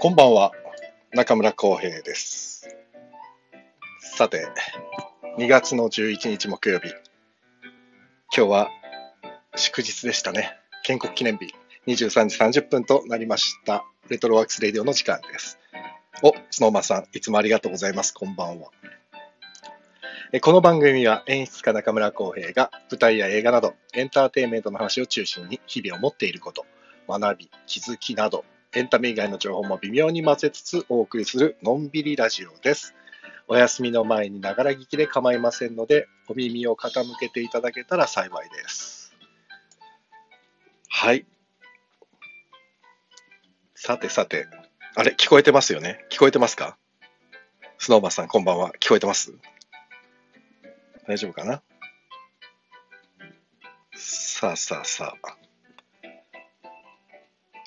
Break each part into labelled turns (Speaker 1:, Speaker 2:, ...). Speaker 1: こんばんは、中村浩平です。さて、2月の11日木曜日、今日は祝日でしたね。建国記念日、23時30分となりました。レトロワークスレディオの時間です。お、スノーマンさん、いつもありがとうございます。こんばんは。えこの番組は演出家中村浩平が舞台や映画などエンターテインメントの話を中心に日々を持っていること、学び、気づきなどエンタメ以外の情報も微妙に混ぜつつお送りするのんびりラジオです。お休みの前にながら聞きで構いませんので、お耳を傾けていただけたら幸いです。はい。さてさて、あれ、聞こえてますよね聞こえてますかスノーマンさん、こんばんは。聞こえてます大丈夫かなさあさあさあ。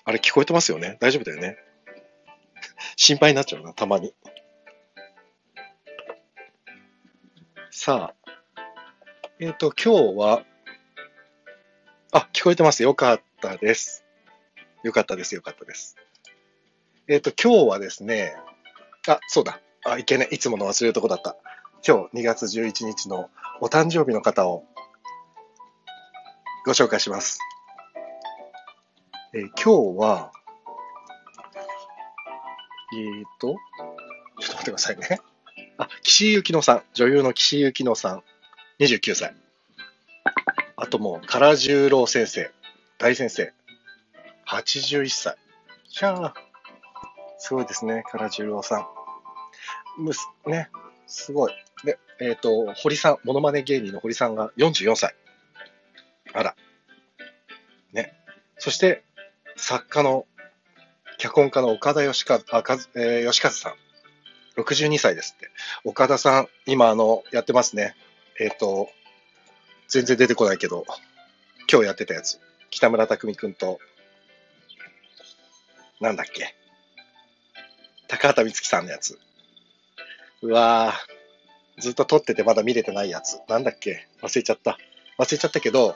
Speaker 1: あれ聞こえてますよね大丈夫だよね心配になっちゃうな、たまに。さあ、えっ、と、今日は、あ、聞こえてます。よかったです。よかったです、よかったです。えっ、と、今日はですね、あ、そうだ。あ、いけねいつもの忘れるとこだった。今日2月11日のお誕生日の方をご紹介します。えー今日は、えーと、ちょっと待ってくださいね。あ、岸井ゆきのさん、女優の岸井ゆきのさん、29歳。あともう、唐十郎先生、大先生、81歳。ひゃー、すごいですね、唐十郎さん。むす、ね、すごい。で、えっ、と、堀さん、モノマネ芸人の堀さんが44歳。あら。ね。そして、作家の、脚本家の岡田義和、あ、かずえー義和さん。62歳ですって。岡田さん、今、あの、やってますね。えっ、と、全然出てこないけど、今日やってたやつ。北村匠海くんと、なんだっけ。高畑充希さんのやつ。うわぁ、ずっと撮っててまだ見れてないやつ。なんだっけ忘れちゃった。忘れちゃったけど、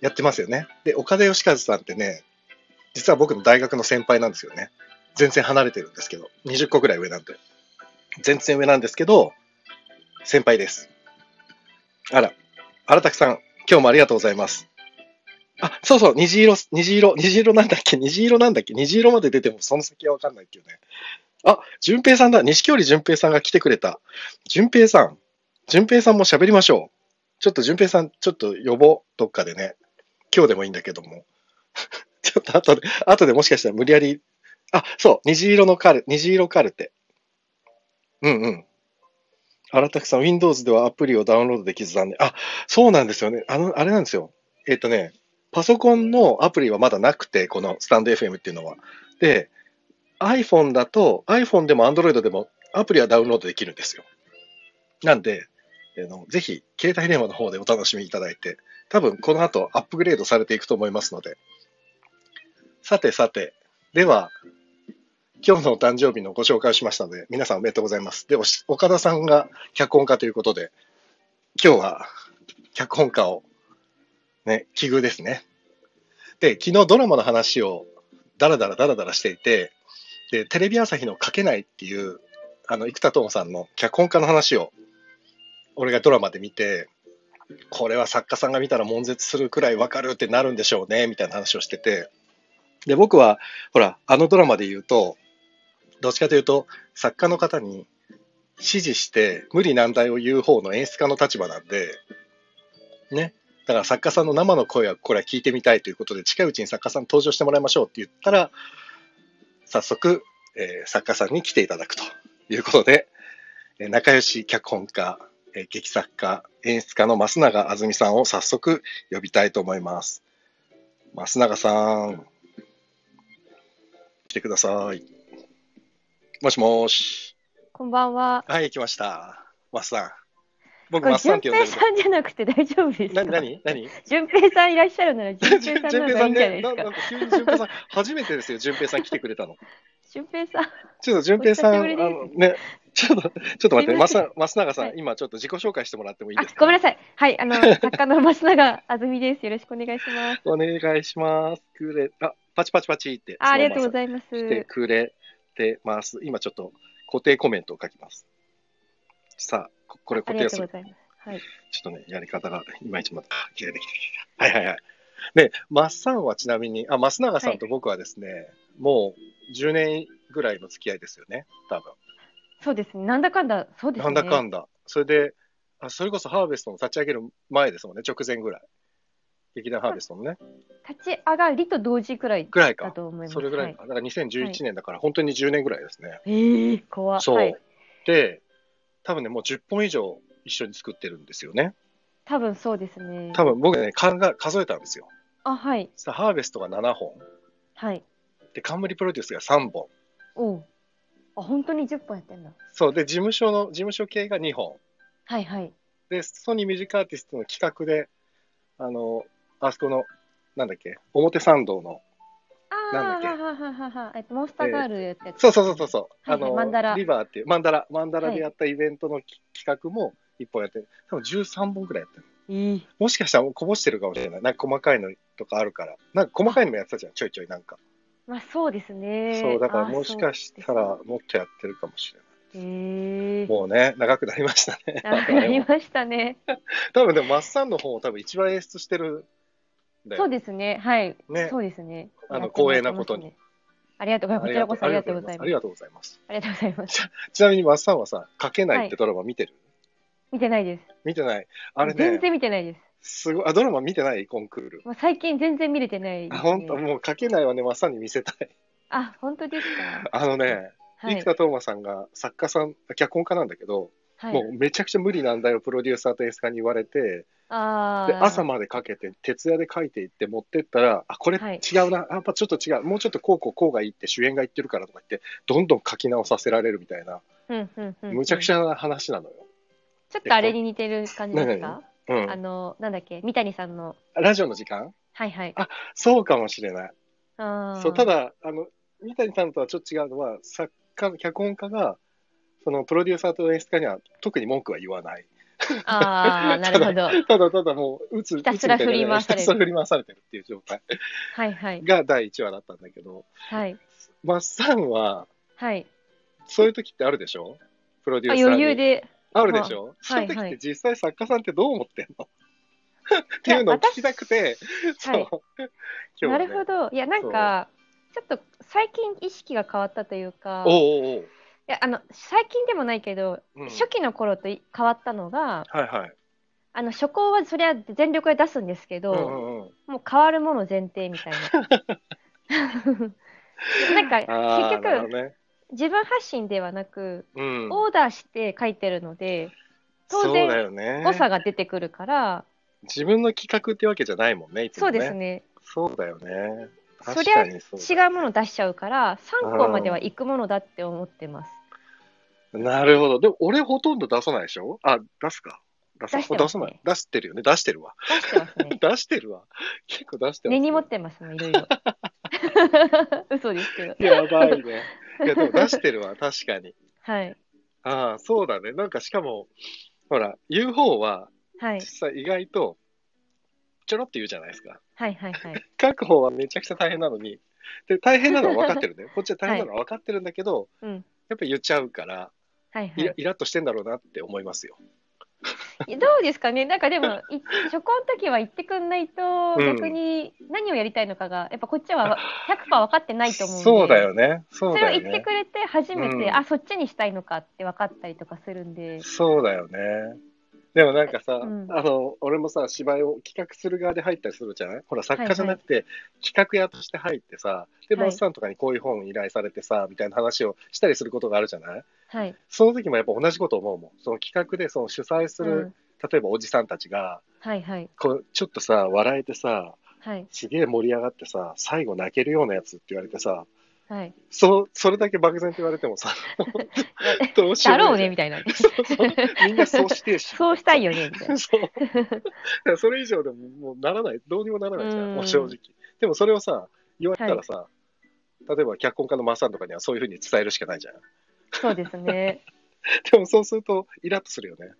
Speaker 1: やってますよね。で、岡田義和さんってね、実は僕の大学の先輩なんですよね。全然離れてるんですけど、20個ぐらい上なんで。全然上なんですけど、先輩です。あら、荒拓さん、今日もありがとうございます。あ、そうそう、虹色、虹色、虹色なんだっけ虹色なんだっけ虹色まで出てもその先はわかんないっていうね。あ、淳平さんだ。錦織淳平さんが来てくれた。淳平さん。淳平さんも喋りましょう。ちょっと淳平さん、ちょっと呼ぼう。どっかでね。今日でもいいんだけども。 ちょっと後で、後でもしかしたら無理やり。あ、そう。虹色のカル、虹色カルテ。うんうん。荒拓さん、Windows ではアプリをダウンロードできず残念。あ、そうなんですよね。あの、あれなんですよ。えっ、とね、パソコンのアプリはまだなくて、このスタンド FM っていうのは。で、iPhone だと、iPhone でも Android でもアプリはダウンロードできるんですよ。なんで、あのぜひ、携帯電話の方でお楽しみいただいて、多分この後アップグレードされていくと思いますので。さてさて、では、今日のお誕生日のご紹介をしましたので、皆さんおめでとうございます。で、おし岡田さんが脚本家ということで、今日は脚本家を、ね、奇遇ですね。で、昨日ドラマの話をダラダラダラダラしていて、で、テレビ朝日の書けないっていう、あの、生田斗真さんの脚本家の話を、俺がドラマで見て、これは作家さんが見たら悶絶するくらいわかるってなるんでしょうね、みたいな話をしてて、で、僕は、ほら、あのドラマで言うと、どっちかというと、作家の方に指示して無理難題を言う方の演出家の立場なんで、ね。だから作家さんの生の声はこれは聞いてみたいということで、近いうちに作家さん登場してもらいましょうって言ったら、早速、えー作家さんに来ていただくということで、えー仲良し脚本家、えー劇作家、演出家の増永あずみさんを早速呼びたいと思います。増永さん、来てください。もしもし。
Speaker 2: こんばんは。
Speaker 1: はい、来ました。増さん。
Speaker 2: こ
Speaker 1: 僕、
Speaker 2: れ、
Speaker 1: 増さん
Speaker 2: 淳
Speaker 1: って呼んで
Speaker 2: 平
Speaker 1: る
Speaker 2: さんじゃなくて大丈夫です
Speaker 1: な
Speaker 2: か
Speaker 1: になになに
Speaker 2: 淳平さんいらっしゃるなら、淳 平さんの方がいいんじゃないです
Speaker 1: な
Speaker 2: か。
Speaker 1: んか急に順平さん、初めてですよ、順平さん来てくれたの。
Speaker 2: 淳平さん、
Speaker 1: ちょっと順平さん、
Speaker 2: お
Speaker 1: あ
Speaker 2: 久しぶりです
Speaker 1: のね、ちょっと、ちょっと待って、
Speaker 2: すいま
Speaker 1: ます
Speaker 2: せん
Speaker 1: な、ますながさん、
Speaker 2: はい
Speaker 1: 今ちょっと自己紹介してもらってもいい
Speaker 2: あ
Speaker 1: です、か
Speaker 2: ごめんなさい。は い、あの、作家の増永あずみです。よろしくお願いします。
Speaker 1: お願いします。くれ、あ、パチパチパチって、
Speaker 2: あありがとうご
Speaker 1: い
Speaker 2: ざいます。
Speaker 1: 来てくれてます。今ちょっと固定コメントを書きます。さあ、ここれ
Speaker 2: あ
Speaker 1: 固
Speaker 2: り
Speaker 1: 定
Speaker 2: が
Speaker 1: す
Speaker 2: とう
Speaker 1: る
Speaker 2: ご。ざいます。はい。
Speaker 1: ちょっとね、やり方がいまいちまた、あ綺麗できた、綺麗できた。はいはいはい。で、マッサンはちなみに、あ、マスナガさんと僕はですね、もう10年ぐらいの付き合いですよね、多分。
Speaker 2: そうですね。なんだかんだ、そうです
Speaker 1: な
Speaker 2: ね。
Speaker 1: んだかんだ。それで、あそれこそハーベストの立ち上げる前ですもんね、直前ぐらい。劇団ハーベストのね、
Speaker 2: 立ち上がりと同時くらい
Speaker 1: ぐらい
Speaker 2: だ
Speaker 1: か。
Speaker 2: と思います。
Speaker 1: それぐらい
Speaker 2: は
Speaker 1: か。だから2011年だから、本当に10年ぐらいですね。
Speaker 2: ええ怖
Speaker 1: そう、
Speaker 2: はい。
Speaker 1: で、多分ね、もう10本以上一緒に作ってるんですよね。
Speaker 2: 多分そうですね。
Speaker 1: 多分僕ね、考え数えたんですよ。
Speaker 2: あ、はい。
Speaker 1: さハーベストが7本。
Speaker 2: はい。
Speaker 1: で、冠プロデュースが3本。
Speaker 2: おう。あ、本当に10本やってんだ。
Speaker 1: そう。で、事務所の、事務所系が2本。
Speaker 2: はいはい。
Speaker 1: で、ソニーミュージックアーティストの企画で、あの、あそこの、なんだっけ、表参道の、
Speaker 2: あー
Speaker 1: なんだっけ
Speaker 2: ははははは。えっと、モンスターガールやってたやつ
Speaker 1: そうそうそうそうそう、
Speaker 2: はいはいマンダ
Speaker 1: あの、
Speaker 2: ラ
Speaker 1: リバーっていう、マンダラ、マンダラ
Speaker 2: は
Speaker 1: で
Speaker 2: い
Speaker 1: やったイベントのき企画も1本やってる。多分13本くらいやってる。
Speaker 2: いい。
Speaker 1: もしかしたらもうこぼしてるかもしれない。なんか細かいのとかあるから。なんか細かいのもやってたじゃん、ちょいちょいなんか。
Speaker 2: まあそうですね。
Speaker 1: そう、だからもしか
Speaker 2: し
Speaker 1: したらもっとやってるかもしれない。
Speaker 2: て。ええ
Speaker 1: もうね、長くなりましたね。
Speaker 2: なくなりましたね。
Speaker 1: 多分でも、マッサンの方を多分一番演出してるんだよ
Speaker 2: そうですね。はい。
Speaker 1: ね
Speaker 2: そうですね。
Speaker 1: あの
Speaker 2: やっても
Speaker 1: 光
Speaker 2: らってますね
Speaker 1: 栄なことに。
Speaker 2: ありがとうございます。こちらこそありがとうござ
Speaker 1: あ
Speaker 2: います
Speaker 1: り。がとうございます。
Speaker 2: ありがとうございます。
Speaker 1: ちなみに、マッサンはさ、書けないってドラマ見てる、
Speaker 2: 見てないです。
Speaker 1: 見てない。あれ
Speaker 2: 全
Speaker 1: ね、
Speaker 2: 然見てないです。
Speaker 1: すごい。あ、ドラマ見てないコンクール。
Speaker 2: もう最近全然見れてないで
Speaker 1: あ、
Speaker 2: すね、
Speaker 1: 本当もう書けないはね、マッサンに見せたい。
Speaker 2: あ、本当ですか。
Speaker 1: あのね、
Speaker 2: はい。
Speaker 1: 生田斗真さんが作家さん、脚本家なんだけど、
Speaker 2: はい、
Speaker 1: もうめちゃくちゃ無理なんだよ、プロデューサーと演出家に言われて、
Speaker 2: あ
Speaker 1: で
Speaker 2: ー
Speaker 1: 朝までかけて、徹夜で書いていって持ってったら、あ、これ
Speaker 2: はい
Speaker 1: 違うな、やっぱちょっと違う、もうちょっとこうこうこうがいいって主演が言ってるからとか言って、どんどん書き直させられるみたいな、
Speaker 2: うんうんうんうん
Speaker 1: むちゃくちゃな話なのよ。
Speaker 2: ちょっとあれに似てる感じです
Speaker 1: な
Speaker 2: か
Speaker 1: う
Speaker 2: あ
Speaker 1: ん。
Speaker 2: の、なんだっけ、三谷さんの。
Speaker 1: ラジオの時間
Speaker 2: はいはい。
Speaker 1: そうかもしれない。
Speaker 2: あー
Speaker 1: そうただあの、三谷さんとはちょっと違うのは、作家、脚本家が、そのプロデューサーと演出家には特に文句は言わない。
Speaker 2: あー、 なるほど。
Speaker 1: ただただもう、打つ、
Speaker 2: ひたすら
Speaker 1: 打つみたいな
Speaker 2: 振り回される
Speaker 1: ひたすら振り回されてるっていう状態
Speaker 2: はいはい。
Speaker 1: が第1話だったんだけど、
Speaker 2: はい。
Speaker 1: マッサンは、
Speaker 2: はい。
Speaker 1: そういう時ってあるでしょプロデュ
Speaker 2: あ
Speaker 1: ーサーに。
Speaker 2: 余裕で。
Speaker 1: あるでしょ、
Speaker 2: はい
Speaker 1: そういう
Speaker 2: は
Speaker 1: 時っ
Speaker 2: い
Speaker 1: て実際作家さんってどう思ってんのっていうのを聞きたくて、そう、
Speaker 2: はい
Speaker 1: 今日
Speaker 2: な
Speaker 1: はね
Speaker 2: るほど。いや、なんか、ちょっと最近意識が変わったというか、い
Speaker 1: おうおう
Speaker 2: やあの最近でもないけど、
Speaker 1: おう、うん
Speaker 2: 初期の頃とい変わったのが、
Speaker 1: はいはい。
Speaker 2: あの初稿はそりゃ全力で出すんですけど、
Speaker 1: うんうんうん
Speaker 2: もう変わるもの前提みたい な。なん
Speaker 1: あ
Speaker 2: か
Speaker 1: ーなるほ
Speaker 2: 結
Speaker 1: ど
Speaker 2: 局
Speaker 1: ね
Speaker 2: 自分発信ではなく、
Speaker 1: うん、
Speaker 2: オーダーして書いてるので当
Speaker 1: そう
Speaker 2: 然
Speaker 1: だよね
Speaker 2: 誤差が出てくるから、
Speaker 1: 自分の企画ってわけじゃないもんね、いつ
Speaker 2: そ
Speaker 1: も
Speaker 2: う
Speaker 1: ね。
Speaker 2: ですね
Speaker 1: そうだよね。
Speaker 2: そ
Speaker 1: 確
Speaker 2: りゃ
Speaker 1: かにそうだ。
Speaker 2: 違うもの出しちゃうから3個までは行くものだって思ってます。
Speaker 1: なるほど。でも俺ほとんど出さないでしょあ、出すか。出す
Speaker 2: 出して
Speaker 1: 出
Speaker 2: ますね
Speaker 1: さない。出してるよね。出してるわ。。
Speaker 2: 出してますね
Speaker 1: 出してるわ。結構出してます、
Speaker 2: 根に持ってますねい ろいろ。嘘ですけど。
Speaker 1: やばいね。 いや、でも出してるわ。確かに。
Speaker 2: はい
Speaker 1: ああ、そうだね。なんかしかも、ほら、言う方は、
Speaker 2: はい
Speaker 1: 実際意外と、ちょろっと言うじゃないですか。
Speaker 2: はいはいはい。
Speaker 1: 書く方はめちゃくちゃ大変なのに。で、大変なのは分かってる ね。こっちは大変なのは分かってるんだけど、
Speaker 2: うん
Speaker 1: やっぱ言っちゃうから、
Speaker 2: はいはい
Speaker 1: イライラッとしてんだろうなって思いますよ。
Speaker 2: いやどうですかね、なんかでも、い初行の時は言ってくんないと、
Speaker 1: うん
Speaker 2: 逆に何をやりたいのかが、やっぱこっちは100%分かってないと思うんで、
Speaker 1: そうだよね。そう
Speaker 2: それを
Speaker 1: だよ
Speaker 2: 言って
Speaker 1: ね。
Speaker 2: くれて、初めて、
Speaker 1: うん
Speaker 2: あそっちにしたいのかって分かったりとかするんで、
Speaker 1: そうだよね。でもなんかさ、
Speaker 2: うん
Speaker 1: あの、俺もさ、芝居を企画する側で入ったりするじゃないほら、作家じゃなくて、企画屋として入ってさ、で、
Speaker 2: はい
Speaker 1: マスさんとかにこういう本依頼されてさ、みたいな話をしたりすることがあるじゃない
Speaker 2: はい、
Speaker 1: その時もやっぱ同じこと思うもん。その企画で、その主催す
Speaker 2: う
Speaker 1: る
Speaker 2: ん、
Speaker 1: 例えばおじさんたちが、
Speaker 2: はいはい
Speaker 1: こう、ちょっとさ、笑えてさ、
Speaker 2: はい
Speaker 1: すげえ盛り上がってさ、最後泣けるようなやつって言われてさ、
Speaker 2: はい、
Speaker 1: そう、それだけ漠然と言われて もさ、どうしよう
Speaker 2: だ
Speaker 1: も
Speaker 2: ろ
Speaker 1: ないじゃ
Speaker 2: うね
Speaker 1: ん
Speaker 2: みたいな、
Speaker 1: みんなそうしてるし。
Speaker 2: そうしたいよねみたい な。
Speaker 1: そう。だからそれ以上でももうならない、どうにもならないじゃ、
Speaker 2: うんん
Speaker 1: もう正直。でもそれをさ、言われたらさ、例えば脚本家のマサンとかにはそういうふうに伝えるしかないじゃん。
Speaker 2: そうですね。
Speaker 1: でもそうすると、イラッとするよね。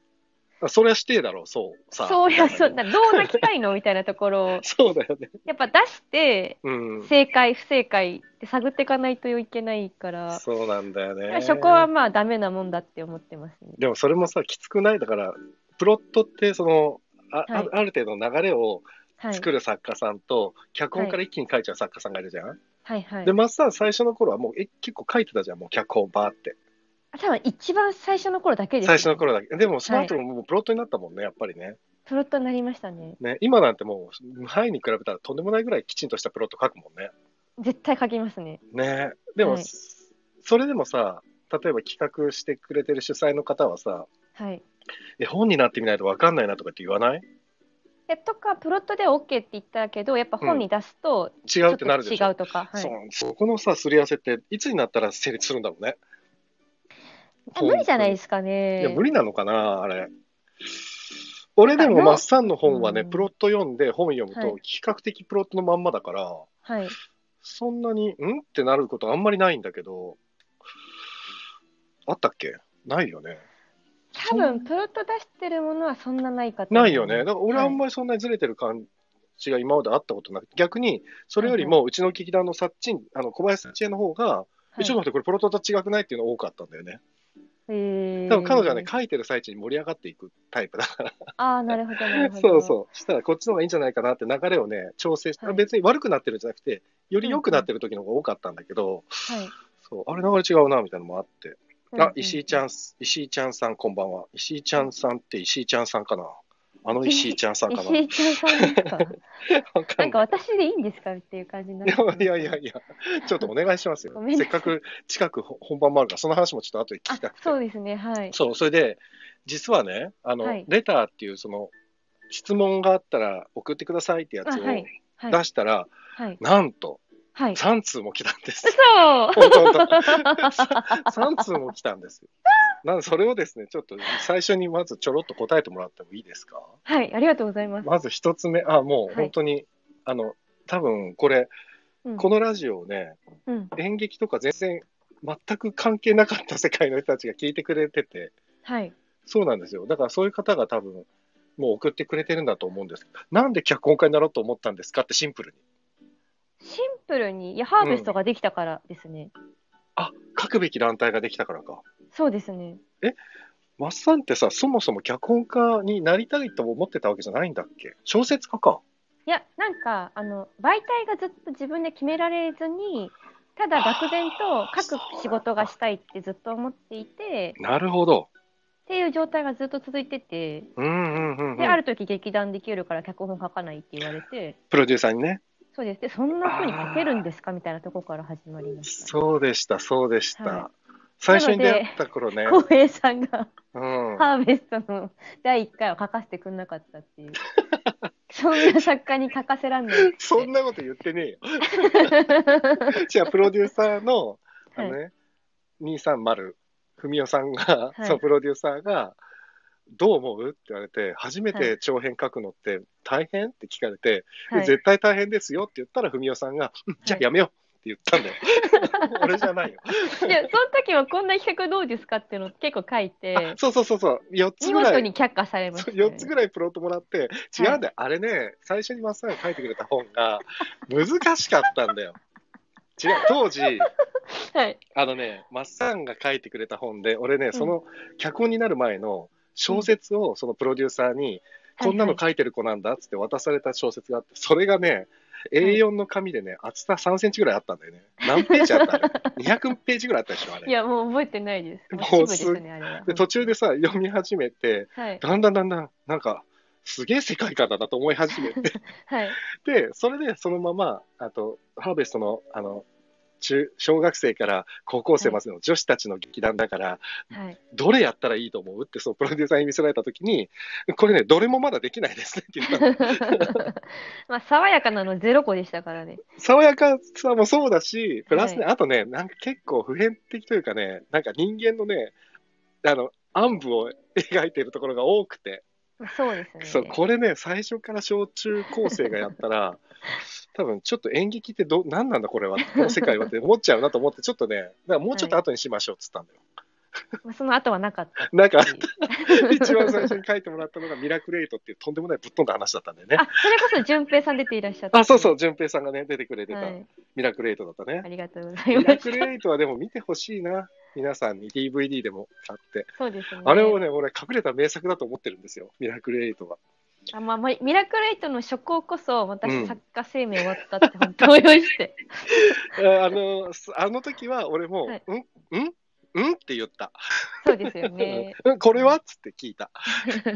Speaker 1: あそりゃしてえだろう、そう、 さあ。
Speaker 2: そうや、
Speaker 1: みた
Speaker 2: そ
Speaker 1: いなね
Speaker 2: んな、どう泣きたいのみたいなところを、
Speaker 1: そうだよね。
Speaker 2: やっぱ出して、
Speaker 1: うん。
Speaker 2: 正解、不正解って探っていかないといけないから、
Speaker 1: そうなんだよね。
Speaker 2: そこはまあ、ダメなもんだって思ってますね。
Speaker 1: でもそれもさ、きつくないだから、プロットって、その、ああ
Speaker 2: はい
Speaker 1: ある程度の流れを
Speaker 2: はい。
Speaker 1: 作る作家さんと、脚本から一気に書いちゃう作家さんがいるじゃん。
Speaker 2: はいはい
Speaker 1: で、。マスター最初の頃はもうえ結構書いてたじゃん、もう脚本バーって。
Speaker 2: あ多分一番最初の頃だけです、
Speaker 1: 最初の。頃だけ。でもその後ももうプロットになったもんね、やっぱりね。
Speaker 2: プロットになりましたね。
Speaker 1: ね今なんてもう、範囲に比べたらとんでもないぐらいきちんとしたプロット書くもんね。
Speaker 2: 絶対書きますね。
Speaker 1: ねでも、
Speaker 2: はい
Speaker 1: それでもさ、例えば企画してくれてる主催の方はさ、
Speaker 2: はい。
Speaker 1: 絵本になってみないと分かんないなとかって言わない
Speaker 2: えとか、プロットで OK って言ったけど、やっぱ本に出すと、
Speaker 1: 違
Speaker 2: ちょ
Speaker 1: うっ
Speaker 2: ってと
Speaker 1: なるで
Speaker 2: 違
Speaker 1: しょ。
Speaker 2: うとか。はい
Speaker 1: そうそこのさ、すり合わせって、いつになったら成立するんだろうね。
Speaker 2: あ無理じゃないですすか
Speaker 1: か。
Speaker 2: ね。
Speaker 1: いや、無理なのかな、あれ。俺でも、
Speaker 2: なんか
Speaker 1: マッサンの本はね、
Speaker 2: うん
Speaker 1: プロット読んで、本読む
Speaker 2: は
Speaker 1: と、比較的プロットのまんまだから、
Speaker 2: はい。
Speaker 1: そんなに、んってなることあんまりないんだけど、あったっけないよね。
Speaker 2: 多分プロット出してるものはそんなないかと思う
Speaker 1: ないよね。だから俺はあ
Speaker 2: はい
Speaker 1: んまりそんなにずれてる感じが今まであったことなくて、逆に、それよりもうちの劇団のサッチン、あの小林サッチンの方が、
Speaker 2: はい
Speaker 1: えちょっと待って、これプロットと違くないっていうの多かったんだよね。
Speaker 2: えー
Speaker 1: 多分彼女はね、書いてる最中に盛り上がっていくタイプだから、
Speaker 2: ああ、なるほど、なるほど。
Speaker 1: そうそう。したらこっちの方がいいんじゃないかなって流れをね、調整して、
Speaker 2: はい
Speaker 1: 別に悪くなってるんじゃなくて、より良くなってる時の方が多かったんだけど、
Speaker 2: はい。
Speaker 1: そう、あれ流れ違うな、みたいなのもあって。
Speaker 2: うんう
Speaker 1: あ
Speaker 2: ん、
Speaker 1: 石井ちゃん、石井ちゃんさん、こんばんは。石井ちゃんさんって石井ちゃんさんかなあの石井ちゃんさんかな
Speaker 2: 石井ちゃんさんです
Speaker 1: わ
Speaker 2: か
Speaker 1: か
Speaker 2: なんん
Speaker 1: ない
Speaker 2: か私でいいんですかっていう感じになってます
Speaker 1: いやいやいやいや、ちょっとお願いしますよ
Speaker 2: ごめ。んな
Speaker 1: せ
Speaker 2: さ
Speaker 1: っか
Speaker 2: い
Speaker 1: く近く本番もあるから、その話もちょっと後で聞きた
Speaker 2: あ
Speaker 1: くて。
Speaker 2: そうですね、はい。
Speaker 1: そう、それで、実はね、あの、
Speaker 2: はい
Speaker 1: レターっていう、その、質問があったら送ってくださいってやつ
Speaker 2: あはい
Speaker 1: を
Speaker 2: はい。
Speaker 1: 出したら、
Speaker 2: はい。
Speaker 1: なんと、
Speaker 2: はい。
Speaker 1: 3通も来たんです。
Speaker 2: そう
Speaker 1: 本当本当3通も来たんですよ。なので、それをですね、ちょっと最初にまずちょろっと答えてもらってもいいですか
Speaker 2: はい、ありがとうございます。
Speaker 1: まず一つ目、あ、もう本当に、あの、多分これ、
Speaker 2: うん
Speaker 1: このラジオをね、
Speaker 2: うん。
Speaker 1: 演劇とか全然全く関係なかった世界の人たちが聞いてくれてて、
Speaker 2: はい。
Speaker 1: そうなんですよ。だからそういう方が多分もう送ってくれてるんだと思うんですけど、なんで脚本家になろうと思ったんですかってシンプルに。
Speaker 2: シンプルに、いや、ハーベストができたからですね。
Speaker 1: あ、書くべき団体ができたからか。
Speaker 2: そうですね。
Speaker 1: マッサンってさ、そもそも脚本家になりたいと思ってたわけじゃないんだっけ小説家か。
Speaker 2: いや、なんか、あの、媒体がずっと自分で決められずに、ただ漠然と書く仕事がしたいってずっと思っていて、
Speaker 1: なるほど。
Speaker 2: っていう状態がずっと続いてて、
Speaker 1: うんうんうん、う
Speaker 2: で、あ
Speaker 1: ん。
Speaker 2: る時劇団できるから脚本書かないって言われて、
Speaker 1: プロデューサーにね。
Speaker 2: そうです。で、そんな風に書けるんですかみたいなところから始まりました。
Speaker 1: そうでした、そうでした。
Speaker 2: は
Speaker 1: 最初に出会った頃ね。
Speaker 2: 浩平さんが
Speaker 1: うん。
Speaker 2: ハーベストの第1回を書かせてくれなかったっていう。 そんな作家に書かせらんないって。
Speaker 1: そんなこと言ってねえよ。じゃあ、プロデューサーの、あ
Speaker 2: はい
Speaker 1: のね、230、文雄さんが、
Speaker 2: はい
Speaker 1: そのプロデューサーが、どう思うって言われて、初めて長編書くのって大変って聞かれて、
Speaker 2: はい
Speaker 1: 絶対大変ですよって言ったら、文雄さんが、うんじゃあやめようって言ったんだよ。俺じゃないよ。
Speaker 2: で、その時はこんな企画どうですかっていうのを結構書いて
Speaker 1: あ、そうそうそうそう、4つ
Speaker 2: 見
Speaker 1: ぐら
Speaker 2: 事
Speaker 1: い。
Speaker 2: に却下されました、
Speaker 1: そう
Speaker 2: ね。
Speaker 1: 4つぐらいプロットもらって、違うんだよ、あれね、最初にマッサンが書いてくれた本が難しかったんだよ。違う、当時、
Speaker 2: はい。
Speaker 1: あのね、マッサンが書いてくれた本で、俺ね、その脚本になる前の小説をそのプロデューサーに、こんなの
Speaker 2: はい
Speaker 1: 書いてる子なんだっつって渡された小説があって、それがね、A4 の紙でね、厚さ3センチぐらいあったんだよね。何ページあ ったの ?200 ページぐらいあったでしょ、あ
Speaker 2: はい、い
Speaker 1: れ。
Speaker 2: や、もう覚えてないです。
Speaker 1: も
Speaker 2: も
Speaker 1: う
Speaker 2: う渋ですね、あれは。
Speaker 1: で、途中でさ、読み始めて、
Speaker 2: はい。
Speaker 1: だんだんだんだん、なんか、すげえ世界観だなと思い始 めて、
Speaker 2: はい。
Speaker 1: で、それでそのまま、あと、ハーベストの、あの、中、小学生から高校生までの女子たちの劇団だから、
Speaker 2: はい。
Speaker 1: どれやったらいいと思うって、そのプロデューサーに見せられたときに、これね、どれもまだできないですねって言ったの
Speaker 2: まあ、爽やかなのゼロ個でしたからね。
Speaker 1: 爽やかさもそうだし、プラスね、あとね、なんか結構普遍的というかね、なんか人間のね、あの、暗部を描いているところが多くて、
Speaker 2: まあそうですね。
Speaker 1: そう、これね、最初から小中高生がやったら、 多分ちょっと演劇ってど、何なんだこれは、この世界はって思っちゃうなと思って、ちょっとね、だからもうちょっと後にしましょうっつったんだよ。
Speaker 2: まあその後はなかったっ
Speaker 1: なんか
Speaker 2: て いう
Speaker 1: 一番最初に書いてもらったのがミラクレイトっていうとんでもないぶっ飛んだ話だったんだよね。
Speaker 2: あ、それこそ順平さん出ていらっしゃっ た。
Speaker 1: あ、そうそう、淳平さんがね、出てくれてた、
Speaker 2: はい。
Speaker 1: ミラクレイトだったね
Speaker 2: あ。りがとうござい
Speaker 1: ミ
Speaker 2: ま
Speaker 1: ラ
Speaker 2: す。
Speaker 1: クレイトはでも見てほしいな。皆さんに DVD でも買って。
Speaker 2: そうですね。
Speaker 1: あれをね、俺、隠れた名作だと思ってるんですよ。ミラクルエイトは。
Speaker 2: あまあ、まあミラクルエイトの初稿こそ、
Speaker 1: うん
Speaker 2: 私、作家生命終わったって、本当思いま して。
Speaker 1: えーあの、すあの時は俺も、
Speaker 2: はい
Speaker 1: うんうんうんって言った。
Speaker 2: そうですよね。
Speaker 1: うんこれはつって聞いた。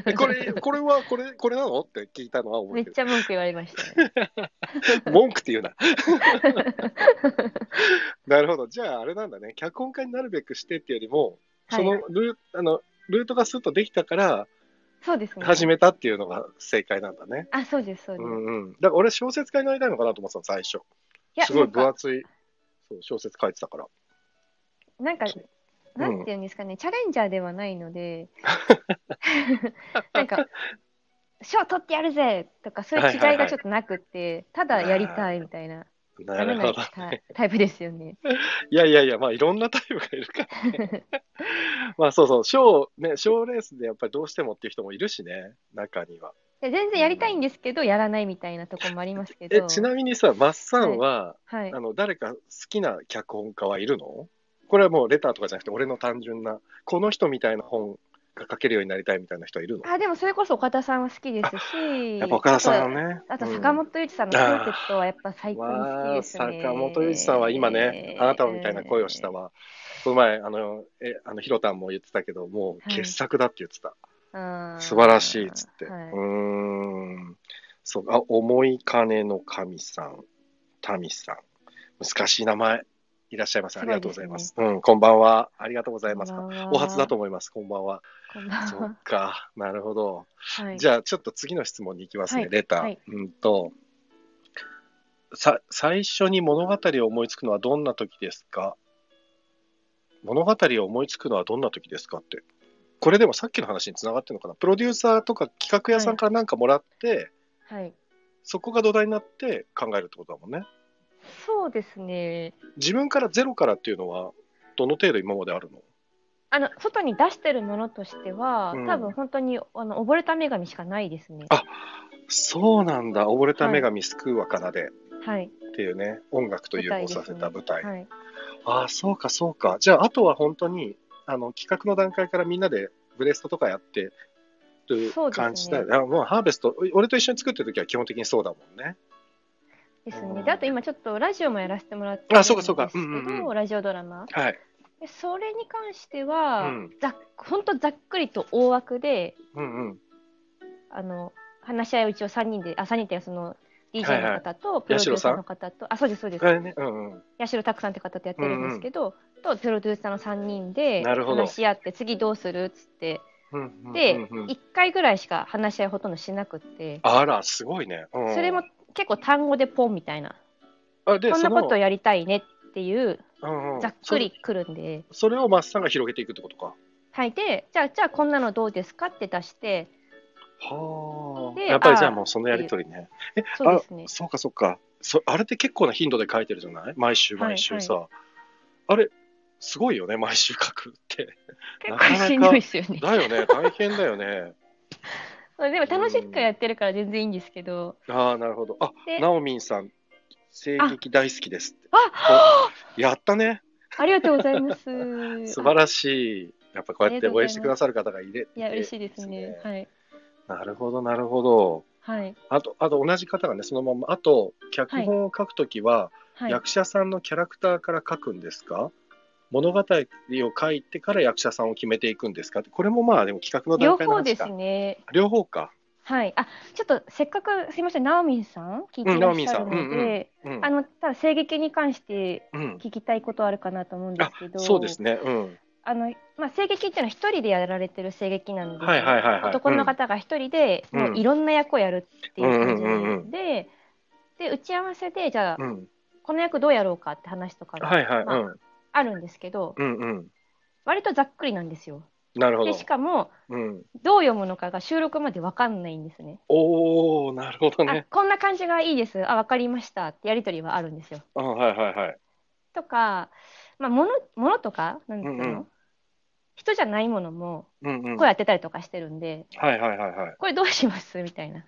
Speaker 1: えこれ、 これは、これ、これなのって聞いたのは覚
Speaker 2: め
Speaker 1: え
Speaker 2: って ちゃ文句言われましたね。
Speaker 1: る。文句って言うな。 なるほど。じゃあ、あれなんだね。脚本家になるべくしてってよりも、
Speaker 2: は
Speaker 1: そ
Speaker 2: い
Speaker 1: のルー,、あのルートがスッとできたから
Speaker 2: そうですね。
Speaker 1: 始めたっていうのが正解なんだね。
Speaker 2: あ、そうです、そうで
Speaker 1: う
Speaker 2: す。い
Speaker 1: んうん。だから俺小説家になりたいのかなと思ってたの最初。
Speaker 2: や、
Speaker 1: すごい
Speaker 2: なん
Speaker 1: 分
Speaker 2: か、
Speaker 1: 厚いそう小説書いてたから。
Speaker 2: なんか
Speaker 1: うん
Speaker 2: なんていうんですかね、チャレンジャーではない ので、なんか、賞取ってやるぜとか、そういう気概がちょっとなくて、ただやりたいみたいな、
Speaker 1: な
Speaker 2: ダメ
Speaker 1: るほど。
Speaker 2: タイタイプですよね。
Speaker 1: いやいやいや、まあいろんなタイプがいるから ね。まあそうそう、賞、ね、賞レースでやっぱりどうしてもっていう人もいるしね、中には。
Speaker 2: いや全然やりたいんですけど、やらないみたいなとこもありますけ
Speaker 1: え、
Speaker 2: ど、
Speaker 1: ちなみにさ、マッサンは、
Speaker 2: はい
Speaker 1: あ、の、誰か好きな脚本家はいるのこれはもうレターとかじゃなくて、俺の単純な、この人みたいな本が書けるようになりたいみたいな人はいるの
Speaker 2: あでもそれこそ岡田さんは好きですし、
Speaker 1: やっぱ岡田さんはね。
Speaker 2: あとあ
Speaker 1: う
Speaker 2: と
Speaker 1: ん
Speaker 2: 坂本龍一さんのコンセプトはやっぱ最高に好き
Speaker 1: わあ
Speaker 2: ですね。
Speaker 1: 坂本龍一さんは今ね、あなたみたいな声をしたわ。この前、あの、え、あの、ひろたんも言ってたけど、もう
Speaker 2: はい
Speaker 1: 傑作だって言ってた。
Speaker 2: うん。
Speaker 1: 素晴らしいっつって。
Speaker 2: はいう
Speaker 1: ーん。そう、あ、思い金の神さん、民さん。難しい名前。いらっしゃいませ。ありがとうございます。うん、こんばんは。ありがとうございます。お初だと。思います。こんばんは。
Speaker 2: こんばん
Speaker 1: そ
Speaker 2: は
Speaker 1: っ。か。なるほど。
Speaker 2: はい
Speaker 1: じゃあ、ちょっと次の質問に行きますね、
Speaker 2: はい
Speaker 1: レター。
Speaker 2: はい
Speaker 1: うんとさ、最初に物語を思いつくのはどんな時ですか物語を思いつくのはどんな時ですかって。これでもさっきの話につながってるのかなプロデューサーとか企画屋さんからなんかもらって、
Speaker 2: はい。
Speaker 1: そこが土台になって考えるってことだもんね。
Speaker 2: そうですね。
Speaker 1: 自分からゼロからっていうのは、どの程度今まであるの
Speaker 2: あの外に出してるものとしては、
Speaker 1: うん
Speaker 2: 多分本当にあの溺れた女神しかないですね。
Speaker 1: あそうなんだ。溺れた女神救うわからで
Speaker 2: はい。
Speaker 1: っていうね、音楽と融合させた舞台。
Speaker 2: はい。
Speaker 1: ああ、そうか、そうか。じゃあ、あとは本当に、あの、企画の段階からみんなでブレストとかやってる
Speaker 2: そうですね
Speaker 1: 感じだよね。あもうハーベスト、お俺と一緒に作ってる時は基本的にそうだもんね。
Speaker 2: です
Speaker 1: うん
Speaker 2: ね。で、あと今ちょっとラジオもやらせてもらって
Speaker 1: あそうかそうか
Speaker 2: るんですけど
Speaker 1: うんうんう
Speaker 2: ラジオドラマ。
Speaker 1: はい。
Speaker 2: でそれに関しては、
Speaker 1: うん
Speaker 2: ざっほんとざっくりと大枠で、
Speaker 1: うんうん。
Speaker 2: あの、話し合いを一応3人で、あ、3人ってその、
Speaker 1: はい
Speaker 2: DJ
Speaker 1: はい
Speaker 2: の方と、プロデューサーの方と、あ、そうです、そうです
Speaker 1: あ。れね、うんうん。
Speaker 2: 八代拓さんって方とやってるんですけど、とプロデューサーの3人で
Speaker 1: なるほど
Speaker 2: 話し合って次どうするっつって
Speaker 1: うんうん
Speaker 2: で、
Speaker 1: うんうん
Speaker 2: 1回ぐらいしか話し合いほとんどしなくって
Speaker 1: あら、すごいね。うん
Speaker 2: それも、結構単語でポンみたいな
Speaker 1: あで
Speaker 2: こんなこと
Speaker 1: や、
Speaker 2: やりたいねっていう
Speaker 1: うんうん
Speaker 2: ざっくりくるんで、
Speaker 1: そ。それをマッサンが広げていくってことか。
Speaker 2: はいでじゃあじゃあこんなのどうですかって出して
Speaker 1: はあ。
Speaker 2: で
Speaker 1: やっぱりじゃあ
Speaker 2: あー
Speaker 1: もうそのやりとりね。え、
Speaker 2: そうですね
Speaker 1: あそうかそうかそ。あれって結構な頻度で書いてるじゃない毎週毎週さ。あれ、すごいよね、毎週書くって。なかな
Speaker 2: 結
Speaker 1: か
Speaker 2: 構しんどいですよね
Speaker 1: だよね、大変だよね。
Speaker 2: でも楽しくやってるから全然いいんですけど
Speaker 1: ああ、なるほど。あ
Speaker 2: で、
Speaker 1: なおみんさん、声劇大好きですって。
Speaker 2: あ
Speaker 1: やったね。
Speaker 2: ありがとうございます
Speaker 1: 素晴らしい。やっぱこうやって応援してくださる方がいれ
Speaker 2: いや嬉しいですね
Speaker 1: ですね
Speaker 2: はい
Speaker 1: なるほど、なるほど。
Speaker 2: はい
Speaker 1: あと、あと同じ方がね、そのまま。あと、脚本を書くときは、
Speaker 2: はい
Speaker 1: 役者さんのキャラクターから書くんですか物語を書いてから役者さんを決めていくんですかってこれもまあでも企画の
Speaker 2: 両
Speaker 1: 段階の
Speaker 2: 方
Speaker 1: 話
Speaker 2: です
Speaker 1: か
Speaker 2: ね。
Speaker 1: 両方か、
Speaker 2: はい。あ、ちょっとせっかくすいません、ナオミンさん聞いていらっしゃるので、
Speaker 1: うんナオミンさんうんうんうん
Speaker 2: あのただ声劇に関して
Speaker 1: うん、
Speaker 2: 聞きたいことあるかなと思うんで
Speaker 1: あ
Speaker 2: すけど、
Speaker 1: そうですねうん
Speaker 2: あのまあ声劇っていうのは一人でやられてる声劇なんで、
Speaker 1: はいはいはいはい
Speaker 2: 男の方が一人で、
Speaker 1: うん
Speaker 2: もういろんな役をやるっていう感じで、
Speaker 1: うんうんうんうん
Speaker 2: で打ち合わせでじゃあ、
Speaker 1: うん
Speaker 2: この役どうやろうかって話とか
Speaker 1: は
Speaker 2: が
Speaker 1: いはい、
Speaker 2: まあ
Speaker 1: うん
Speaker 2: あるんですけど、
Speaker 1: うんうん
Speaker 2: 割とざっくりなんですよ。
Speaker 1: なるほ
Speaker 2: で
Speaker 1: ど
Speaker 2: し、かも
Speaker 1: うん、
Speaker 2: どう読むのかが収録までわかんないんですね。
Speaker 1: おおなるほど
Speaker 2: あ
Speaker 1: ね
Speaker 2: こんな感じがいいです、あ分かりましたってやり取りはあるんですよ。
Speaker 1: うんはいはいはい
Speaker 2: とか、まあ、ものものとか、なんていうの、
Speaker 1: うんうん
Speaker 2: 人じゃないものも
Speaker 1: うんうん。
Speaker 2: 声
Speaker 1: はい
Speaker 2: 当てたりとかしてるんで、
Speaker 1: はいはいはい。
Speaker 2: これどうしますみたいな。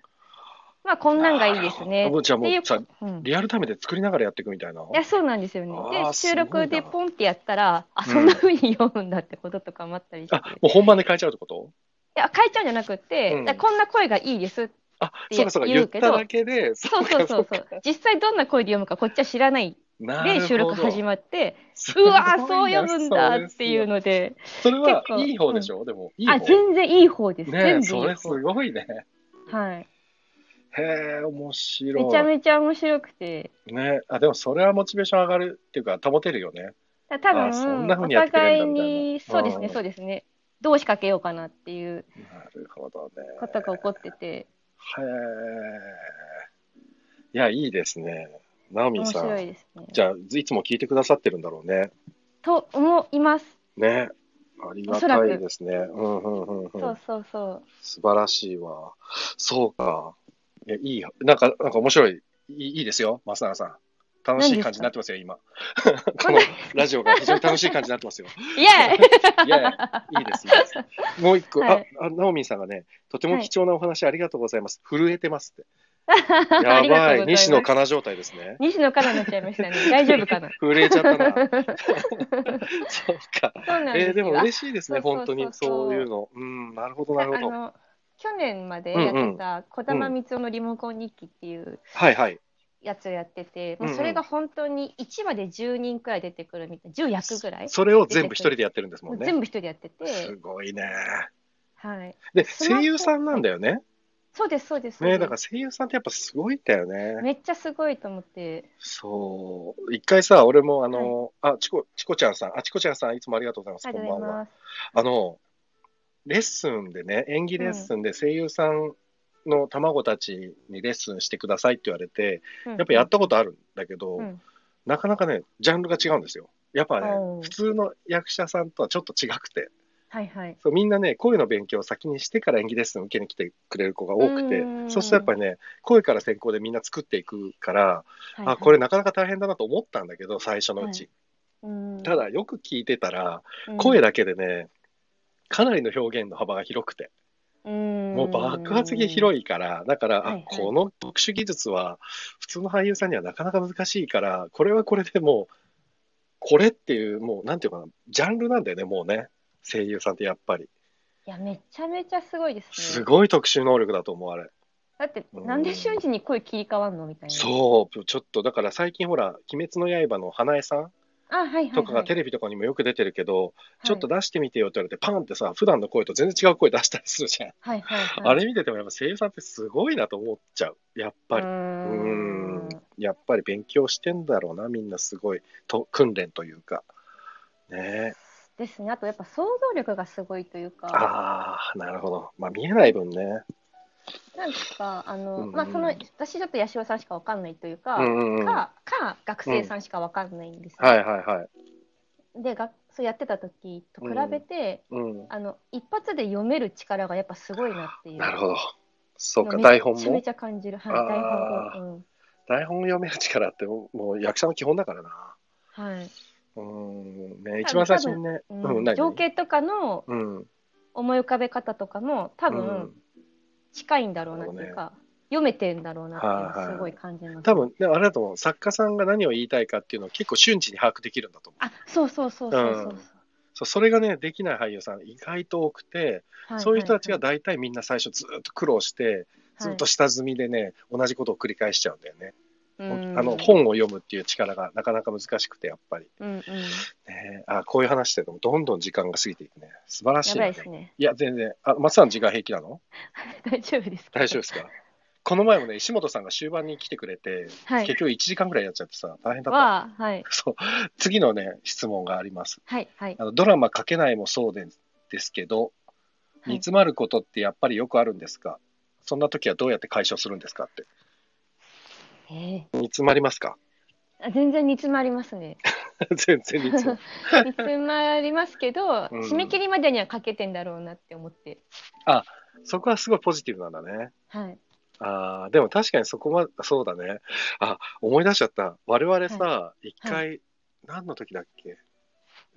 Speaker 2: まあ、こんなんがいいですね
Speaker 1: あ。もうじゃあもう
Speaker 2: っていう
Speaker 1: じゃあ
Speaker 2: うん、い
Speaker 1: リアルタイムで作りながらやっていくみたいな。
Speaker 2: やそうなんですよね。
Speaker 1: あー
Speaker 2: で、収録です
Speaker 1: ごい
Speaker 2: ポンってやったら、あ、
Speaker 1: うん
Speaker 2: そんな風に読むんだってこととかもあったりして、
Speaker 1: あ、もう本番で変えちゃうってこと
Speaker 2: いや変えちゃうんじゃなくって、
Speaker 1: うん
Speaker 2: だからこんな声がいいです。
Speaker 1: あ、そうかそうか。言
Speaker 2: 言
Speaker 1: っ
Speaker 2: う
Speaker 1: た
Speaker 2: けど
Speaker 1: だけで、
Speaker 2: そうそうそうそう。実際どんな声で読むかこっちは知らない
Speaker 1: なるほ
Speaker 2: で
Speaker 1: ど。
Speaker 2: 収録始まって、
Speaker 1: すごい
Speaker 2: うわ
Speaker 1: な
Speaker 2: ーそう読むんだっていう。ので、
Speaker 1: それは
Speaker 2: 結構
Speaker 1: いい方でしょでも、いい方。
Speaker 2: あ全然いい方です。
Speaker 1: ね
Speaker 2: 全
Speaker 1: え、
Speaker 2: 部い
Speaker 1: そ
Speaker 2: い
Speaker 1: れす
Speaker 2: 方。
Speaker 1: ごいね。
Speaker 2: はい。
Speaker 1: へえ、面白い。
Speaker 2: めちゃめちゃ面白くて、
Speaker 1: ねあ、でもそれはモチベーション上がるっていうか、保てるよね。
Speaker 2: だから
Speaker 1: あ
Speaker 2: 多
Speaker 1: そん
Speaker 2: 分
Speaker 1: な風
Speaker 2: お
Speaker 1: にやってくれ
Speaker 2: 互い
Speaker 1: るんだみ
Speaker 2: に
Speaker 1: たいな
Speaker 2: そうですね
Speaker 1: うん
Speaker 2: そうですね。どう仕掛けようかなっていう
Speaker 1: なるほどね。
Speaker 2: ことが起こってて、
Speaker 1: へえ。いや、いいですね。ナオミ
Speaker 2: 面
Speaker 1: ンさ
Speaker 2: 白
Speaker 1: ん。
Speaker 2: いですね。
Speaker 1: じゃあ、いつも聞いてくださってるんだろうね。
Speaker 2: と思います。
Speaker 1: ね。ありがたいですね。うんうんうんうん。
Speaker 2: そうそうそう。
Speaker 1: 素晴らしいわ。そうか。いや、いいよ、なんか、なんか面白い。いいいいですよ、松永さん。楽しい感じになってますよ、今。 このラジオが非常に楽しい感じになってますよ。
Speaker 2: イエーイ
Speaker 1: いやいやいいです、いいです。もう一個、
Speaker 2: はい
Speaker 1: あ、あ、ナオミンさんがね、とても貴重なお話ありがとうございます。震えてますって。
Speaker 2: あ
Speaker 1: や
Speaker 2: りが
Speaker 1: ば
Speaker 2: と
Speaker 1: い、
Speaker 2: うございます
Speaker 1: 西野かな状態ですね。
Speaker 2: 西野からになっちゃいましたね。大丈夫か な
Speaker 1: 震えちゃ ったな。そうか。
Speaker 2: そうなんで
Speaker 1: え
Speaker 2: すよ。
Speaker 1: ーでも嬉しいですね、
Speaker 2: そうそ
Speaker 1: 本
Speaker 2: う
Speaker 1: 当
Speaker 2: そうそう
Speaker 1: に。そういうの。うん、なるほど、なるほ
Speaker 2: あ
Speaker 1: ど。
Speaker 2: の去年までやってた「児玉光雄のリモコン日記」っていう
Speaker 1: はいはい。
Speaker 2: やつをやってて、
Speaker 1: うんうん
Speaker 2: もうそれが本当に1話で10人くらい出てくるみたいな10役ぐらい
Speaker 1: それを全部一人でやってるんですも
Speaker 2: も
Speaker 1: ん
Speaker 2: う
Speaker 1: ね。
Speaker 2: 全部一人でやって
Speaker 1: す
Speaker 2: て、
Speaker 1: ごいね。
Speaker 2: はい、
Speaker 1: で、
Speaker 2: スマホ
Speaker 1: 声優さんなんだよね。
Speaker 2: そうですそうですそう
Speaker 1: ね、
Speaker 2: です
Speaker 1: だから声優さんってやっぱすごいんだよね。
Speaker 2: めっちゃすごいと思って
Speaker 1: そう。一回さ、俺もあの、あ、チコ、チコちゃんさん、あ、チコちゃんさん、いつもありがとうございます。
Speaker 2: あり
Speaker 1: こ
Speaker 2: が
Speaker 1: ん
Speaker 2: とう
Speaker 1: ば
Speaker 2: ご
Speaker 1: ん
Speaker 2: ざい
Speaker 1: は。
Speaker 2: ます
Speaker 1: あの、レッスンでね、演技レッスンで声優さんの卵たちにレッスンしてくださいって言われて、
Speaker 2: うん
Speaker 1: やっぱやったことあるんだけど、
Speaker 2: うん
Speaker 1: なかなかね、ジャンルが違うんですよ。やっぱね
Speaker 2: お、う
Speaker 1: 普通の役者さんとはちょっと違くて、
Speaker 2: はいはい
Speaker 1: そうみんなね、声の勉強を先にしてから演技レッスン受けに来てくれる子が多くて
Speaker 2: う、ん
Speaker 1: そうするとやっぱりね、声から先行でみんな作っていくから、
Speaker 2: はい
Speaker 1: あ、これなかなか大変だなと思ったんだけど、最初のうち。た
Speaker 2: だ
Speaker 1: だ、よく聞いてたら、声だけでね、かなりの表現の幅が広くて、も
Speaker 2: も
Speaker 1: う爆発的に
Speaker 2: い
Speaker 1: 広いから、だから、
Speaker 2: はい
Speaker 1: あ
Speaker 2: はい
Speaker 1: この特殊技術は、普通の俳優さんにはなかなか難しいから、これはこれでもう、これっていう、もう、なんていうかな、ジャンルなんだよね、もうね、声優さんってやっぱり。
Speaker 2: いやめちゃめちゃすごいですね
Speaker 1: すごい特殊能力だと思われ。
Speaker 2: だってなんで瞬時に声切り替わんのみたいなう
Speaker 1: そう、ちょっとだから最近ほら、鬼滅の刃の花江さん
Speaker 2: あはいはい、はい、
Speaker 1: とかがテレビとかにもよく出てるけど、ちょっと
Speaker 2: だ
Speaker 1: 出してみてよって言われて、パンってさ、普段の声と全然違う声出したりするじゃん。
Speaker 2: はいはいはい、
Speaker 1: あれ見ててもやっぱ声優さんってすごいなと思っちゃう。やっぱり。
Speaker 2: うー
Speaker 1: うんん。やっぱり勉強してんだろうな、みんなすごい。と訓練というか。ねえ。
Speaker 2: ですねあとやっぱ想像力がすごいというか
Speaker 1: ああ、なるほど。まあ見えない分ね。
Speaker 2: なんかあの、
Speaker 1: うんうん
Speaker 2: まあその私ちょっと八代さんしかわかんないというか、
Speaker 1: うんうんうん。はい
Speaker 2: かか学生さんしかわかんないんですよ、
Speaker 1: はいはい。
Speaker 2: でがそうやってた時と比べて、
Speaker 1: うん。
Speaker 2: あの一発で読める力がやっぱすごいなっていう
Speaker 1: なるほど。そうか、
Speaker 2: のを
Speaker 1: 台本
Speaker 2: めちゃめ
Speaker 1: も
Speaker 2: ち。ゃ感じるはい
Speaker 1: あー
Speaker 2: 台本も、うん
Speaker 1: 台本読める力ってもうもう役者の基本だからな。
Speaker 2: はい
Speaker 1: うんね、一番最初にね、
Speaker 2: う
Speaker 1: うんん、何
Speaker 2: 情景とかの
Speaker 1: うん、
Speaker 2: 思い浮かべ方とかも多分近いんだろうなっていうか、読めてんだろうなっていうの
Speaker 1: はいは
Speaker 2: はいすごい感じます、
Speaker 1: うん、多分ね、あれだと思う、作家さんが何を言いたいかっていうのを結構瞬時に把握できるんだと思う。
Speaker 2: あそうそうそうそうそう
Speaker 1: う、んそうそれがね、できない俳優さん、意外と多くて、
Speaker 2: は
Speaker 1: そういう人たちが大体みんな最初ずっと苦労して、ずっと下積みでね、同じことを繰り返しちゃうんだよね。あの、本を読むっていう力がなかなか難しくて、やっぱり。
Speaker 2: うんうん、
Speaker 1: ね、あこういう話してるのもどんどん時間が過ぎていくね。素晴らし
Speaker 2: や
Speaker 1: いね、
Speaker 2: ばいですね。
Speaker 1: いや、全然。あ、松さん時間平気なの
Speaker 2: 大丈夫ですか。
Speaker 1: 大丈夫ですかこの前もね、石本さんが終盤に来てくれて、
Speaker 2: はい
Speaker 1: 結局1時間ぐらいやっちゃってさ、大変だった。
Speaker 2: は、はい、
Speaker 1: そう。次のね、質問があります。
Speaker 2: はい、はい
Speaker 1: あ。のドラマ書けないもそうでですけど、
Speaker 2: はい
Speaker 1: 煮詰まることってやっぱりよくあるんですかそんな時はどうやって解消するんですかって。
Speaker 2: え
Speaker 1: 煮詰まりますか
Speaker 2: ーあ全然煮詰まりますね。
Speaker 1: 全然煮詰まる。
Speaker 2: 煮詰まりますけど、
Speaker 1: うん
Speaker 2: 締め切りまでにはかけてんだろうなって思って。
Speaker 1: そこはすごいポジティブなんだね。
Speaker 2: はい。
Speaker 1: ああ、でも確かにそこは、そうだね。あ、思い出しちゃった。我々さ、一回、何の時だっけ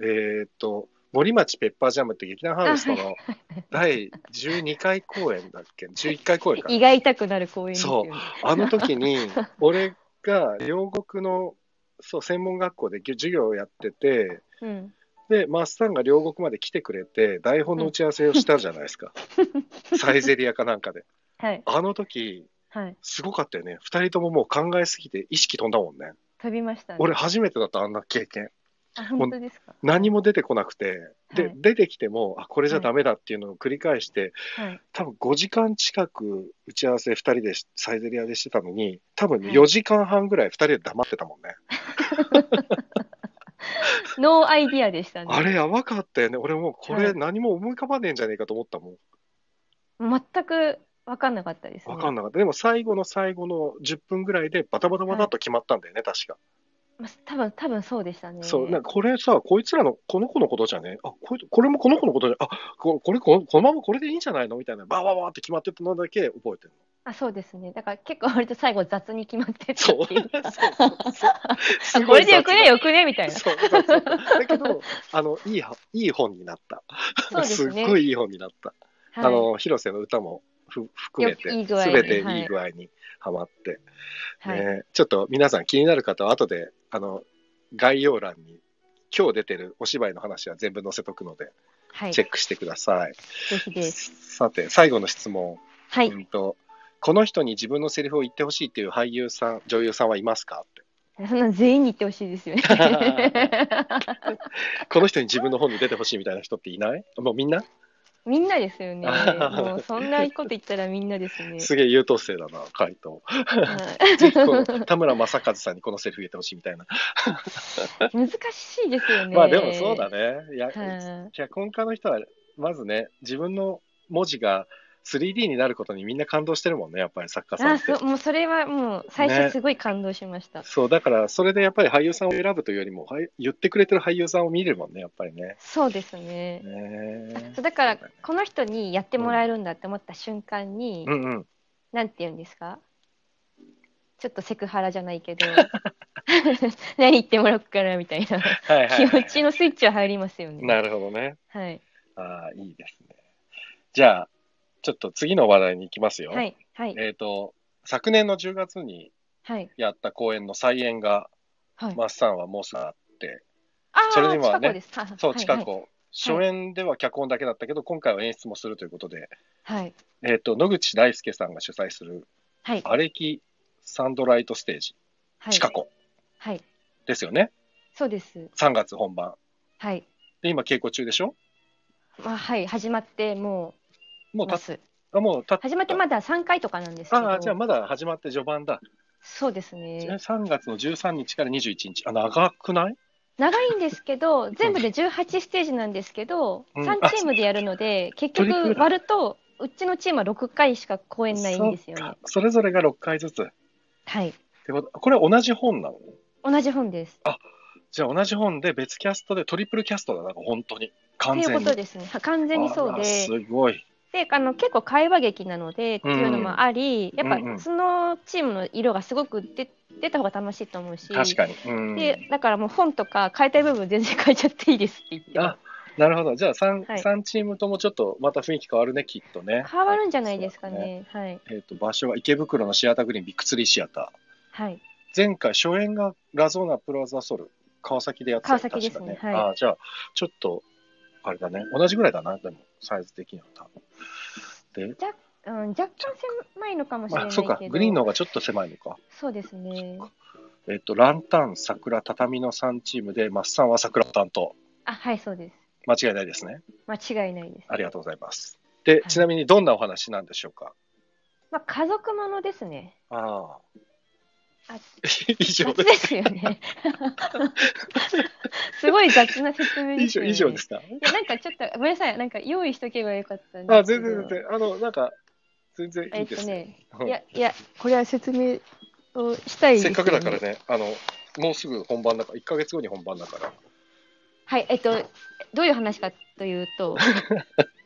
Speaker 1: えーっと、森町ペッパージャムって劇団ハウストの第12回公演だっけ ?11 回公演かな
Speaker 2: 胃が痛くなる公園です
Speaker 1: そ
Speaker 2: よ
Speaker 1: う
Speaker 2: ね。
Speaker 1: あの時に、俺が両国のそう専門学校で授業をやってて、
Speaker 2: うん。
Speaker 1: で、マスさんが両国まで来てくれて、台本の打ち合わせをしたじゃないですか。サイゼリアかなんかで。
Speaker 2: はい。
Speaker 1: あの時、
Speaker 2: はい。
Speaker 1: すごかったよね。二人とももう考えすぎて意識飛んだもんね。
Speaker 2: 飛びましたね。
Speaker 1: 俺初めてだった、あんな経験。
Speaker 2: あ、本当ですか。
Speaker 1: 何も出てこなくて。で、
Speaker 2: はい
Speaker 1: 出てきても、あ、これじゃダメだっていうのを繰り返して、
Speaker 2: はい。
Speaker 1: 多分5時間近く打ち合わせ2人でしサイゼリアでしてたのに、多分
Speaker 2: はい
Speaker 1: 4時間半ぐらい2人で黙ってたもんね。
Speaker 2: ノーアイディアでしたね。
Speaker 1: あれやばかったよね。俺もうこ
Speaker 2: は
Speaker 1: れ
Speaker 2: い
Speaker 1: 何も思い浮かばねえんじゃねえかと思ったもん。
Speaker 2: 全く分かんなかったですね。
Speaker 1: わかんなかった。でも最後の最後の10分ぐらいでバタバタバタっと決まったんだよね、確か。
Speaker 2: まあ、多分多分そうでしたね。
Speaker 1: そう、なんかこれさ、こいつらのこの子のことじゃねあ、これこれもこの子のことじゃ、あ、ここれこのこのままこれでいいんじゃないのみたいな、バーバーバーって決まってたのだけ覚えてるの。
Speaker 2: あそうですね。だから結構割と最後雑に決まってた
Speaker 1: そう
Speaker 2: っていうか。
Speaker 1: そうそう す
Speaker 2: あ
Speaker 1: ご
Speaker 2: こ
Speaker 1: い
Speaker 2: れでよくねよくねみたいな。
Speaker 1: そうそうそうだけど、 あの、いいは、いい本になった。
Speaker 2: そうですね
Speaker 1: っごいいい本になった。
Speaker 2: はい
Speaker 1: あの、広瀬の歌もふ含めて、
Speaker 2: よいい具合
Speaker 1: す
Speaker 2: に
Speaker 1: べて
Speaker 2: はい
Speaker 1: いい具合にはまって、
Speaker 2: はい
Speaker 1: ね、ちょっと皆さん気になる方は後で、あの、概要欄に、今日出てるお芝居の話は全部載せとくので、
Speaker 2: はい、
Speaker 1: チ
Speaker 2: ぜ
Speaker 1: ェックしてください。
Speaker 2: ひです。
Speaker 1: さて、最後の質問。。
Speaker 2: はいう
Speaker 1: んと、この人に自分のセリフを言ってほしいっていう俳優さん、女優さんはいますかって。
Speaker 2: そんな全員に言ってほしいです よね。
Speaker 1: この人に自分の本に出てほしいみたいな人っていないもうみんな
Speaker 2: みんなです よね。もうそんなこと言ったらみんなですね。
Speaker 1: すげえ優等生だな、回答。
Speaker 2: はい
Speaker 1: ぜひこの田村正和さんにこのセリフ入れてほしいみたいな。
Speaker 2: 難しいですよね。
Speaker 1: まあでもそうだね。いや、
Speaker 2: はい
Speaker 1: 脚本家の人は、まずね、自分の文字が 3D になることにみんな感動してるもんね、やっぱり作家さん
Speaker 2: あ
Speaker 1: って
Speaker 2: そ。もうそれはもう最
Speaker 1: ね
Speaker 2: 初すごい感動しました。
Speaker 1: そう、だからそれでやっぱり俳優さんを選ぶというよりも、はい言ってくれてる俳優さんを見るもんね、やっぱりね。
Speaker 2: そうですね。
Speaker 1: ね
Speaker 2: そうだからこの人にやってもらえるんだって思った瞬間に、
Speaker 1: うんうん。
Speaker 2: なんて言うんですかちょっとセクハラじゃないけど 何言ってもらおうかなみたいな
Speaker 1: はいはい、
Speaker 2: 気
Speaker 1: は
Speaker 2: 持
Speaker 1: い。
Speaker 2: ちのスイッチは入りますよね。
Speaker 1: なるほどね。
Speaker 2: はい、
Speaker 1: ああ、いいですね。じゃあ、ちょっと次の話題に行きますよ。
Speaker 2: はい、はい、
Speaker 1: えっ、と、昨年の10月に
Speaker 2: はい、
Speaker 1: やった公演の再演が、
Speaker 2: はい。
Speaker 1: マスさんはもうさ、
Speaker 2: あ
Speaker 1: それ
Speaker 2: あ、
Speaker 1: には
Speaker 2: 近
Speaker 1: ね
Speaker 2: くです。は
Speaker 1: そう、近く、
Speaker 2: はい
Speaker 1: 初演では脚本だけだったけど、今回は演出もするということで、
Speaker 2: はい、
Speaker 1: えっ、と、野口大輔さんが主催する、
Speaker 2: はい、
Speaker 1: アレキサンドライトステージ、
Speaker 2: はい。
Speaker 1: 近く、
Speaker 2: はい、
Speaker 1: ですよね。
Speaker 2: そうです。
Speaker 1: 3月本番。
Speaker 2: はい。
Speaker 1: で、今、稽古中でしょ
Speaker 2: まあ、はい、始まっても
Speaker 1: もう
Speaker 2: う
Speaker 1: た
Speaker 2: ま、す。
Speaker 1: あもうた
Speaker 2: 始まってまだ3回とかなんですけど。
Speaker 1: ああ、じゃあまだ始まって序盤だ。
Speaker 2: そうです
Speaker 1: え
Speaker 2: ね。
Speaker 1: 3月の13日から21日。あ、長くない
Speaker 2: 長いんですけど、全部で18ステージなんですけど、
Speaker 1: うん
Speaker 2: 3チームでやるので、結
Speaker 1: トリプル
Speaker 2: 局
Speaker 1: だ
Speaker 2: 割ると、うちのチームは6回しか公演ないんですよ
Speaker 1: そっ
Speaker 2: ね
Speaker 1: か。それぞれが6回ずつ。っ
Speaker 2: はい。
Speaker 1: てことこれ同じ本なの
Speaker 2: 同じ本です。
Speaker 1: じゃあ同じ本で別キャストでトリプルキャストだな、本当に。
Speaker 2: と
Speaker 1: 完
Speaker 2: いう
Speaker 1: 全
Speaker 2: こ
Speaker 1: に。
Speaker 2: とですね。は完全にそう
Speaker 1: あら。
Speaker 2: です
Speaker 1: ごい。
Speaker 2: であの結構会話劇なのでっていうのもあり、
Speaker 1: ん
Speaker 2: やっ
Speaker 1: うんうん
Speaker 2: ぱそのチームの色がすごく出出た方が楽しいと思うし
Speaker 1: 確かに。うん、
Speaker 2: でだからもう本とか変えたい部分全然変えちゃっていいですって言って
Speaker 1: あなるほど。じゃあ 3,、
Speaker 2: はい
Speaker 1: 三チームともちょっとまた雰囲気変わるね、きっとね。
Speaker 2: 変わるんじゃないですか
Speaker 1: そうだね
Speaker 2: ね。はい、
Speaker 1: えっ、と、場所は池袋のシアターグリーンビッグツリーシアター。
Speaker 2: はい、
Speaker 1: 前回、初演がラゾーナプラザソル、川崎でやってたよ
Speaker 2: 川崎ですね
Speaker 1: 確か
Speaker 2: はい
Speaker 1: ああ、じゃあ、ちょっと、あれだね。同じぐらいだな、でも、サイズ的には多分。で、
Speaker 2: うん、若干狭いのかもしれない
Speaker 1: あ、
Speaker 2: け
Speaker 1: そう
Speaker 2: ど、
Speaker 1: か、グリーンの方がちょっと狭いのか。
Speaker 2: そうですね。
Speaker 1: えっ、と、ランタン、桜、畳の3チームで、マッサンは桜担当。
Speaker 2: あ、はい、そうです。
Speaker 1: 間違いないですね。
Speaker 2: 間違いないです。
Speaker 1: ありがとうございます。で、
Speaker 2: い
Speaker 1: ちなみにどんなお話なんでしょうか。
Speaker 2: まあ、家族ものですね。
Speaker 1: あ
Speaker 2: あ、
Speaker 1: あ、 以上
Speaker 2: 雑
Speaker 1: です。
Speaker 2: ですよね。 すごい雑な説明
Speaker 1: 以
Speaker 2: です
Speaker 1: 上
Speaker 2: よね。
Speaker 1: 以上で。すか。
Speaker 2: いや、なんかちょっと、ごめんなさい。なんか用意しとけばよかったん
Speaker 1: あ、
Speaker 2: ですけ
Speaker 1: 全
Speaker 2: ど。
Speaker 1: 然全然、あの、なんか、全然い
Speaker 2: え
Speaker 1: い
Speaker 2: っ
Speaker 1: で
Speaker 2: と
Speaker 1: すよ。
Speaker 2: ね、いや、いや、これは説明をした
Speaker 1: う
Speaker 2: い
Speaker 1: んせっ
Speaker 2: ですよね
Speaker 1: かくだからね、あの、もうすぐ本番だから、1ヶ月後に本番だから。
Speaker 2: はい、えっと、どういう話かという と、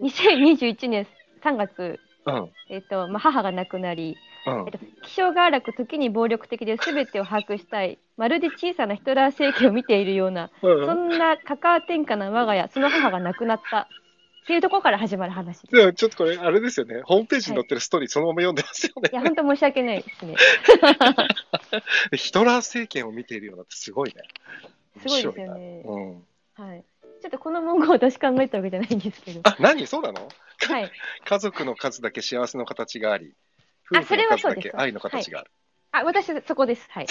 Speaker 2: 2021年3月、
Speaker 1: うん、
Speaker 2: えっと、まあ、母が亡くなり、
Speaker 1: うん
Speaker 2: えっ。と、気性が荒く時に暴力的で全てを把握したいまるで小さなヒトラー政権を見ているような
Speaker 1: う
Speaker 2: そ
Speaker 1: ん
Speaker 2: んなカカア天下な我が家その母が亡くなったっていうところから始まる話です。い
Speaker 1: でもちょっとこれ、あれですよね。ホームページに載ってるストーリーそのまま読んでますよね。
Speaker 2: や本当申し訳ないですね。
Speaker 1: ヒトラー政権を見ているようなってすごいね。
Speaker 2: すごいですよ
Speaker 1: 面
Speaker 2: ね。
Speaker 1: 白いな。うん。
Speaker 2: はい。ちょっとこの文言を私考えたわけじゃないんですけど。
Speaker 1: あ、何そうなの
Speaker 2: はい。
Speaker 1: 家族の数だけ幸せの形があり、
Speaker 2: あ
Speaker 1: 夫婦の数だけ
Speaker 2: それはそうです
Speaker 1: 愛の形がある。
Speaker 2: あ、私そこです。はい。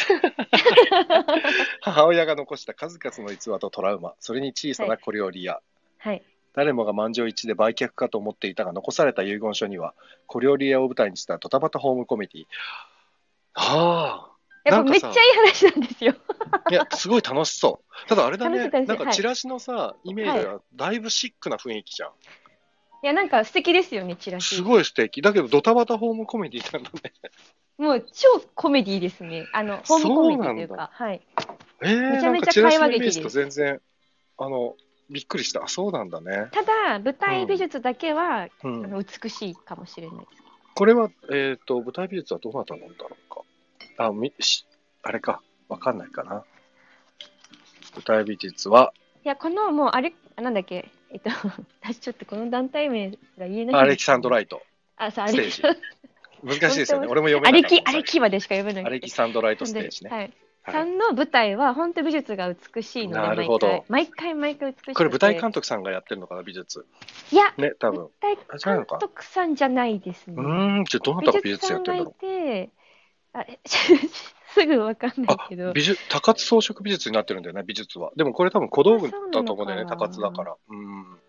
Speaker 1: 母親が残した数々の逸話とトラウマ、それに小さな小料理屋、
Speaker 2: はい。
Speaker 1: 誰もが満場一致で売却かと思っていたが残された遺言書には小料理屋を舞台にしたドタバタホームコメディあ
Speaker 2: やっぱ
Speaker 1: なん
Speaker 2: め
Speaker 1: か
Speaker 2: っち
Speaker 1: さ
Speaker 2: ゃいい話なんですよ。
Speaker 1: あいやすごい楽しそうただあれだ
Speaker 2: 楽
Speaker 1: ね
Speaker 2: しかったです
Speaker 1: なんか
Speaker 2: はい
Speaker 1: チラシのさ、イメージはだいぶシックな雰囲気じゃん、
Speaker 2: いやなんか素敵ですよねチラシ。
Speaker 1: すごい素敵だけどドタバタホームコメディなんだね
Speaker 2: もう超コメディですね。あのホームコメディという
Speaker 1: そうなんだ
Speaker 2: か、はい。
Speaker 1: えー、
Speaker 2: めちゃ
Speaker 1: な
Speaker 2: めちゃ
Speaker 1: んかチラシの
Speaker 2: 会話
Speaker 1: イ
Speaker 2: 劇
Speaker 1: メー
Speaker 2: です
Speaker 1: ジと全然あのびっくりしたあそうなんだね、
Speaker 2: ただ舞台美術だけは、
Speaker 1: う
Speaker 2: あ
Speaker 1: ん、
Speaker 2: の美しいかもしれないです。
Speaker 1: これは、えー、と舞台美術はどなたなんだろうかあみしあれかわかんないかな舞台美術はい
Speaker 2: やこのもうあれあなんだっけえっと 私ちょっとこの団体名が言えない。
Speaker 1: アレキサンドライト。
Speaker 2: あそうア
Speaker 1: ステ
Speaker 2: レ
Speaker 1: ー
Speaker 2: キ
Speaker 1: ジ。難しいですよね。
Speaker 2: 本当
Speaker 1: 俺も読め
Speaker 2: ア
Speaker 1: ない。
Speaker 2: レキアレ。キバでしか読めない。
Speaker 1: アレキサンドライトステージね。
Speaker 2: はい。
Speaker 1: はい
Speaker 2: さんの舞台は本当美術が美しいので
Speaker 1: なるほど
Speaker 2: 毎回毎回毎回美しいので
Speaker 1: これ舞台監督さんがやってるのかな、美術。
Speaker 2: いや
Speaker 1: ね、多分
Speaker 2: 舞。台
Speaker 1: あ違うの
Speaker 2: 監
Speaker 1: か
Speaker 2: 督さんじゃないです
Speaker 1: う
Speaker 2: ね。
Speaker 1: ーん、じゃあどなた
Speaker 2: 美
Speaker 1: が美
Speaker 2: 術
Speaker 1: 術や
Speaker 2: さ
Speaker 1: っ
Speaker 2: ん
Speaker 1: て
Speaker 2: が
Speaker 1: るんだ
Speaker 2: い
Speaker 1: ろ
Speaker 2: てあ えすぐわかん
Speaker 1: う。
Speaker 2: ない
Speaker 1: あ
Speaker 2: けど、。
Speaker 1: 美術、高津装飾美術になってるんだよね、美術は。でもこれ多分小道具だと思うんだよね、
Speaker 2: あそうなのかな
Speaker 1: 高津だから。うん。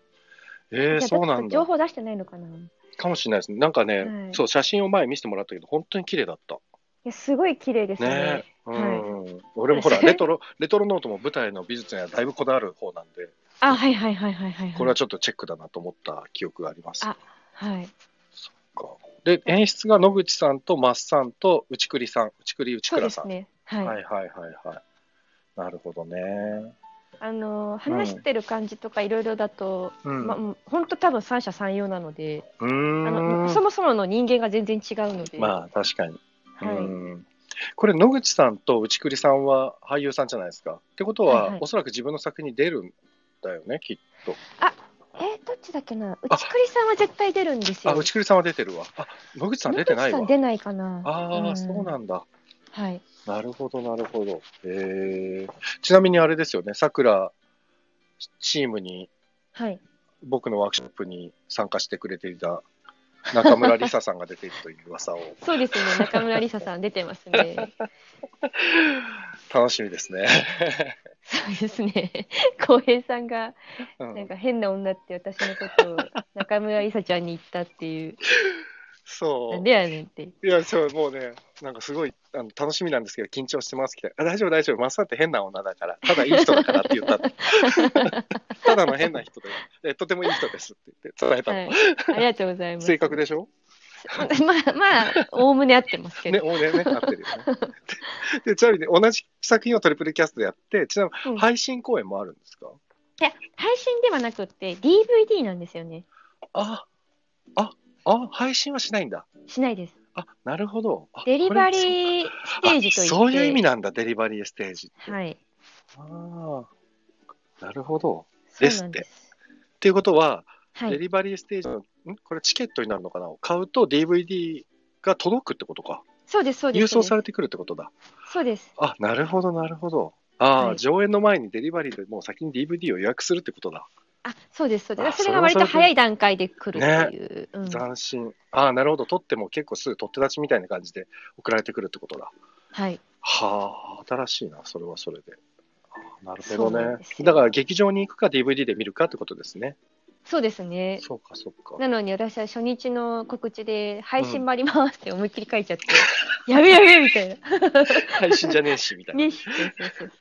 Speaker 1: え
Speaker 2: じ
Speaker 1: ー、
Speaker 2: ゃあ
Speaker 1: そうなん
Speaker 2: 情
Speaker 1: だ。
Speaker 2: 報出してないのかな。い
Speaker 1: かもしれないですね。なんかね、
Speaker 2: はい
Speaker 1: そう、写真を前に見せてもらったけど、本当に綺麗だった。
Speaker 2: やすごい綺麗ですね。
Speaker 1: ねうん。俺もほ
Speaker 2: それ
Speaker 1: ら、レトロ、レトロノートも舞台の美術にはだいぶこだわる方なんで、
Speaker 2: あはいはいはいはいはい、はい。
Speaker 1: これはちょっとチェックだなと思った記憶があります。
Speaker 2: あはい。
Speaker 1: で、演出が野口さんと桝さんと内栗さん、内栗内
Speaker 2: そうで
Speaker 1: 倉さ
Speaker 2: す
Speaker 1: ん。
Speaker 2: ね。はい。
Speaker 1: はいはいはいはい。なるほどね。
Speaker 2: あのー話してる感じとかいろいろだと、
Speaker 1: うん。
Speaker 2: まあもう本当多分三者三様なので、
Speaker 1: う
Speaker 2: あのもう
Speaker 1: ー
Speaker 2: そ
Speaker 1: ん。
Speaker 2: もそもの人間が全然違うので。
Speaker 1: まあ確かに。
Speaker 2: は
Speaker 1: う
Speaker 2: い。
Speaker 1: んこれ野口さんと内栗さんは俳優さんじゃないですか。ってことは、
Speaker 2: はいはい
Speaker 1: おそらく自分の作品に出るんだよね、きっと。
Speaker 2: えーどっちだっけな。内栗さんは絶対出るんですよ。
Speaker 1: あ、内栗さんは出てるわ。あ、野口さん出てない
Speaker 2: 野
Speaker 1: わ
Speaker 2: 口さん。出ないかな。。
Speaker 1: ああ、そうなんんだ。
Speaker 2: はい。
Speaker 1: なるほど、なるほど。えー、ちなみにあれですよね、さくらチームに、
Speaker 2: はい。
Speaker 1: 僕のワークショップに参加してくれていた中村梨沙さんが出ているという噂を、
Speaker 2: そうですね。中村梨沙さん出てます ね。
Speaker 1: 楽しみですね。
Speaker 2: そうですね。浩平さんが
Speaker 1: う
Speaker 2: なん
Speaker 1: ん、
Speaker 2: か変な女って私のことを中村梨沙ちゃんに言ったっていう。
Speaker 1: そ
Speaker 2: なん
Speaker 1: う
Speaker 2: で。やねんって。
Speaker 1: いや、そう、もうね、なんかすごいあの楽しみなんですけど、緊張してますきたいなあ大丈夫、大丈夫、マッサンって変な女だから、ただいい人だからって言った のただの変な人でえ、とてもいい人ですって言って伝えたの。
Speaker 2: はい。ありがとうございます。
Speaker 1: 正確でしょ
Speaker 2: まあまあ、おおむね合ってますけ
Speaker 1: ね、
Speaker 2: ど。
Speaker 1: おね、ね、合ってるよね。で、ちなみに同じ作品をトリプルキャストでやって、ちなみ
Speaker 2: うん
Speaker 1: に配信公演もあるんですか、
Speaker 2: 配信ではなくって、DVD なんですよね。
Speaker 1: あ、あ、あ、配信はしないんだ。
Speaker 2: しないです。
Speaker 1: あ、なるほど。あ
Speaker 2: デリバリ
Speaker 1: これ
Speaker 2: ーステージといって。
Speaker 1: あそういう意味なんだ、デリバリーステージって。
Speaker 2: はい。
Speaker 1: ああ、なるほど。
Speaker 2: そう
Speaker 1: です
Speaker 2: な
Speaker 1: っ
Speaker 2: ん
Speaker 1: て
Speaker 2: です。
Speaker 1: っていうことは、
Speaker 2: は
Speaker 1: デ
Speaker 2: い。
Speaker 1: リバリーステージの、んこれチケットになるのかなを買うと DVD が届くってことか。
Speaker 2: そうです、そうです。
Speaker 1: 郵送さ
Speaker 2: れ
Speaker 1: れてくるってことだ。
Speaker 2: そうです。
Speaker 1: あ、なるほど、なるほど。ああ、
Speaker 2: はい
Speaker 1: 上演の前にデリバリーでもう先に DVD を予約するってことだ。
Speaker 2: あ、そうです、そうで
Speaker 1: あ
Speaker 2: す。それが割と早い段階で来るっていう。うん
Speaker 1: 斬新。ああ、なるほど。撮っても結構すぐ取って立ちみたいな感じで送られてくるってことだ。
Speaker 2: はい。
Speaker 1: はあ、新しいな、それはそれで。あなる
Speaker 2: そ
Speaker 1: ほ
Speaker 2: う
Speaker 1: ど
Speaker 2: なん
Speaker 1: ね
Speaker 2: で。すよ
Speaker 1: だから劇場に行くか DVD で見るかってことですね。
Speaker 2: そうですね。
Speaker 1: そうか、そうか。
Speaker 2: なのに私は初日の告知で配信もありますって思いっきり書いちゃって、 やべやべみたいな。
Speaker 1: 配信じゃねえし、みたい な。
Speaker 2: ね、そうそうそうそう。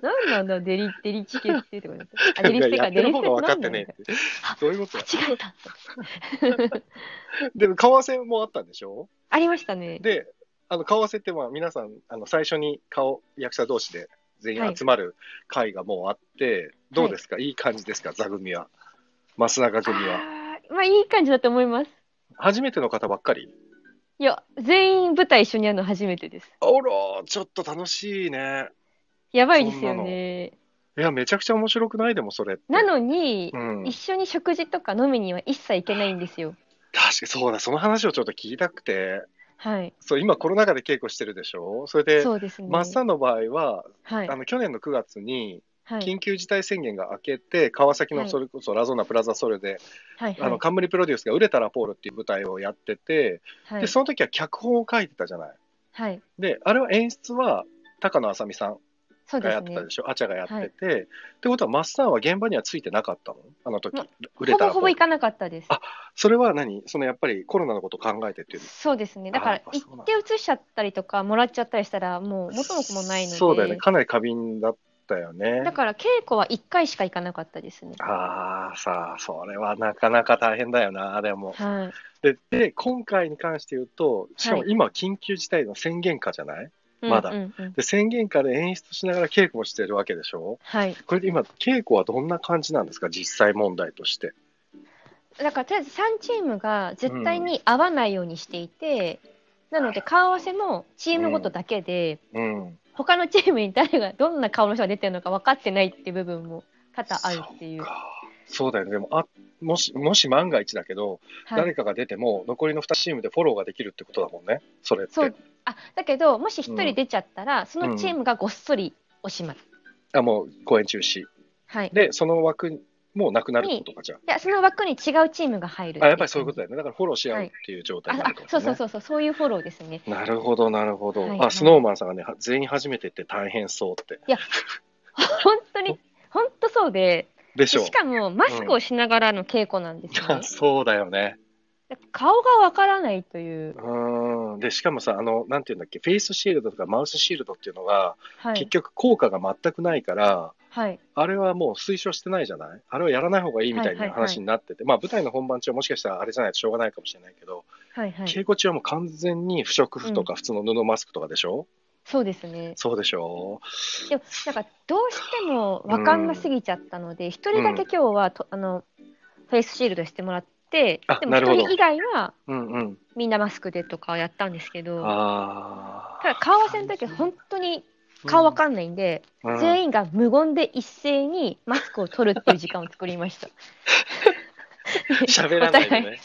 Speaker 2: 何なんだ、デリ、デリチケってとか言って。あ、デリステ
Speaker 1: や
Speaker 2: か、
Speaker 1: って
Speaker 2: デリ
Speaker 1: る
Speaker 2: ス
Speaker 1: 方
Speaker 2: テ
Speaker 1: が分かっ
Speaker 2: 何
Speaker 1: て
Speaker 2: なんだ
Speaker 1: ね
Speaker 2: よ
Speaker 1: えって。どういうことだ
Speaker 2: あ違った。
Speaker 1: でも、顔合わせもあったんでしょ
Speaker 2: ありましたね。
Speaker 1: で、あの顔合わせって、まあ、皆さん、あの最初に顔、役者同士で全
Speaker 2: は
Speaker 1: 員
Speaker 2: い
Speaker 1: 集まる会がもうあって、どうですか、いい感じですか、座組は。増永組は。
Speaker 2: あーまあ、いい感じだと思います。
Speaker 1: 初めての方ばっかり。
Speaker 2: いいや、全員舞台一緒にやるの初めてです。
Speaker 1: おろー、ちょっと楽しいね。
Speaker 2: やばいですよね。
Speaker 1: いや、めちゃくちゃ面白くないでも、それって。
Speaker 2: なのに
Speaker 1: う、ん。
Speaker 2: 一緒に食事とか飲みには一切行けないんですよ。
Speaker 1: 確かに、そうだ、その話をちょっと聞きたくて。
Speaker 2: はい。
Speaker 1: そう、今コロナ禍で稽古してるでしょそれで、
Speaker 2: そうですね。
Speaker 1: マッサンの場合は、
Speaker 2: はい
Speaker 1: あ。の、去年の9月に、
Speaker 2: はい。
Speaker 1: 緊急事態宣言が明けて、川崎
Speaker 2: は
Speaker 1: の
Speaker 2: い
Speaker 1: それこそラゾーナプラザソレで、
Speaker 2: はい。
Speaker 1: あの、冠プロデュースが売れたラポールっていう舞台をやってて、
Speaker 2: はい
Speaker 1: で、。その時は脚本を書いてたじゃない。
Speaker 2: はい。
Speaker 1: で、あれは演出は高野あさみさん
Speaker 2: そう
Speaker 1: が
Speaker 2: で
Speaker 1: や
Speaker 2: す
Speaker 1: って
Speaker 2: ね
Speaker 1: た。でしょ、アチャがやってて。
Speaker 2: は
Speaker 1: ってことは、マッサンは現場にはついてなかったのあの時
Speaker 2: ま、
Speaker 1: 売れ
Speaker 2: ほ
Speaker 1: た
Speaker 2: ぼ
Speaker 1: ら
Speaker 2: ほぼ行かなかったです。
Speaker 1: あそれは何そのやっぱりコロナのことを考えてっていう。
Speaker 2: そうですね。だか
Speaker 1: あやっ
Speaker 2: ら
Speaker 1: ぱそう
Speaker 2: 行
Speaker 1: なん
Speaker 2: っ
Speaker 1: だ
Speaker 2: て移しちゃったりとかもらっちゃったりしたらもう元も子もないので。
Speaker 1: そうだよね。かなり過敏だったよね。
Speaker 2: だから稽古は1回しか行かなかったですね。
Speaker 1: ああ、さあ、それはなかなか大変だよな、でも。
Speaker 2: はい。
Speaker 1: で、で今回に関して言うと、しかも
Speaker 2: は
Speaker 1: 今、緊急事態の宣言下じゃない
Speaker 2: うん
Speaker 1: まだ
Speaker 2: うんうん
Speaker 1: で、宣言下で演出しながら稽古もしてるわけでしょ
Speaker 2: はい。
Speaker 1: これで今、稽古はどんな感じなんですか、実際問題として。
Speaker 2: だからとりあえず3チームが絶対に合わないようにしていて、なので顔合わせもチームごとだけで、
Speaker 1: うん。
Speaker 2: 他のチームに誰がどんな顔の人が出てるのか分かってないっていう部分も多々あるっていう。
Speaker 1: かそうだよね。でも、あ、もし、もし万が一だけど、
Speaker 2: はい
Speaker 1: 誰、かが出ても、残りの2チームでフォローができるってことだもんね、それって。
Speaker 2: そうあだけどもし1
Speaker 1: うん
Speaker 2: 人出ちゃったら、そのチームがごっそりおしまい。
Speaker 1: あ、もう、公演中止。
Speaker 2: はい、い
Speaker 1: で、その枠、もうなくなるってことか、じゃ
Speaker 2: やその枠に違うチームが入る
Speaker 1: あ。あ、やっぱりそういうこと
Speaker 2: と
Speaker 1: だよね。だからフォローし合うっていう状態
Speaker 2: あ
Speaker 1: にな
Speaker 2: あ
Speaker 1: るってこと
Speaker 2: そう
Speaker 1: ね
Speaker 2: そうそうそうそういうフォローですね。
Speaker 1: なるほど、なるほど。
Speaker 2: はいは
Speaker 1: あ、
Speaker 2: い
Speaker 1: スノーマンさんがね、は全員初めてって大変そうって。
Speaker 2: 本当に本当そうで
Speaker 1: で
Speaker 2: で
Speaker 1: しょう
Speaker 2: し。かもマスクをしながらの稽古なんですよ ね。
Speaker 1: そうだよね。
Speaker 2: 顔がわからないという
Speaker 1: う、ーん。で、しかもさ、あの、なんていうんだっけ、フェイスシールドとかマウスシールドっていうのが、
Speaker 2: は
Speaker 1: 結
Speaker 2: い
Speaker 1: 局効果が全くないから、
Speaker 2: はい、
Speaker 1: あれはもう推奨してないじゃないあれはやらない方がいいみたい
Speaker 2: はい
Speaker 1: な
Speaker 2: はいはい
Speaker 1: 話になってて、まあ舞台の本番中はもしかしたらあれじゃないとしょうがないかもしれないけど、
Speaker 2: はい、は
Speaker 1: 稽
Speaker 2: い、
Speaker 1: 古中はもう完全に不織布とか普通の布マスクとかでしょ、
Speaker 2: そうですね。
Speaker 1: そうでしょ
Speaker 2: でも、なんかどうしてもわかんなすぎちゃったので、一、人だけ今日はとあのフェイスシールドしてもらって
Speaker 1: あ、
Speaker 2: でも
Speaker 1: なるほど
Speaker 2: 一人以外は
Speaker 1: うんうん。
Speaker 2: みんなマスクでとかやったんですけど、
Speaker 1: あ
Speaker 2: ただ顔合わせの時本当に顔わかんないんで、
Speaker 1: あ、うん
Speaker 2: 全員が無言で一斉にマスクを取るっていう時間を作りました。
Speaker 1: 喋らないよね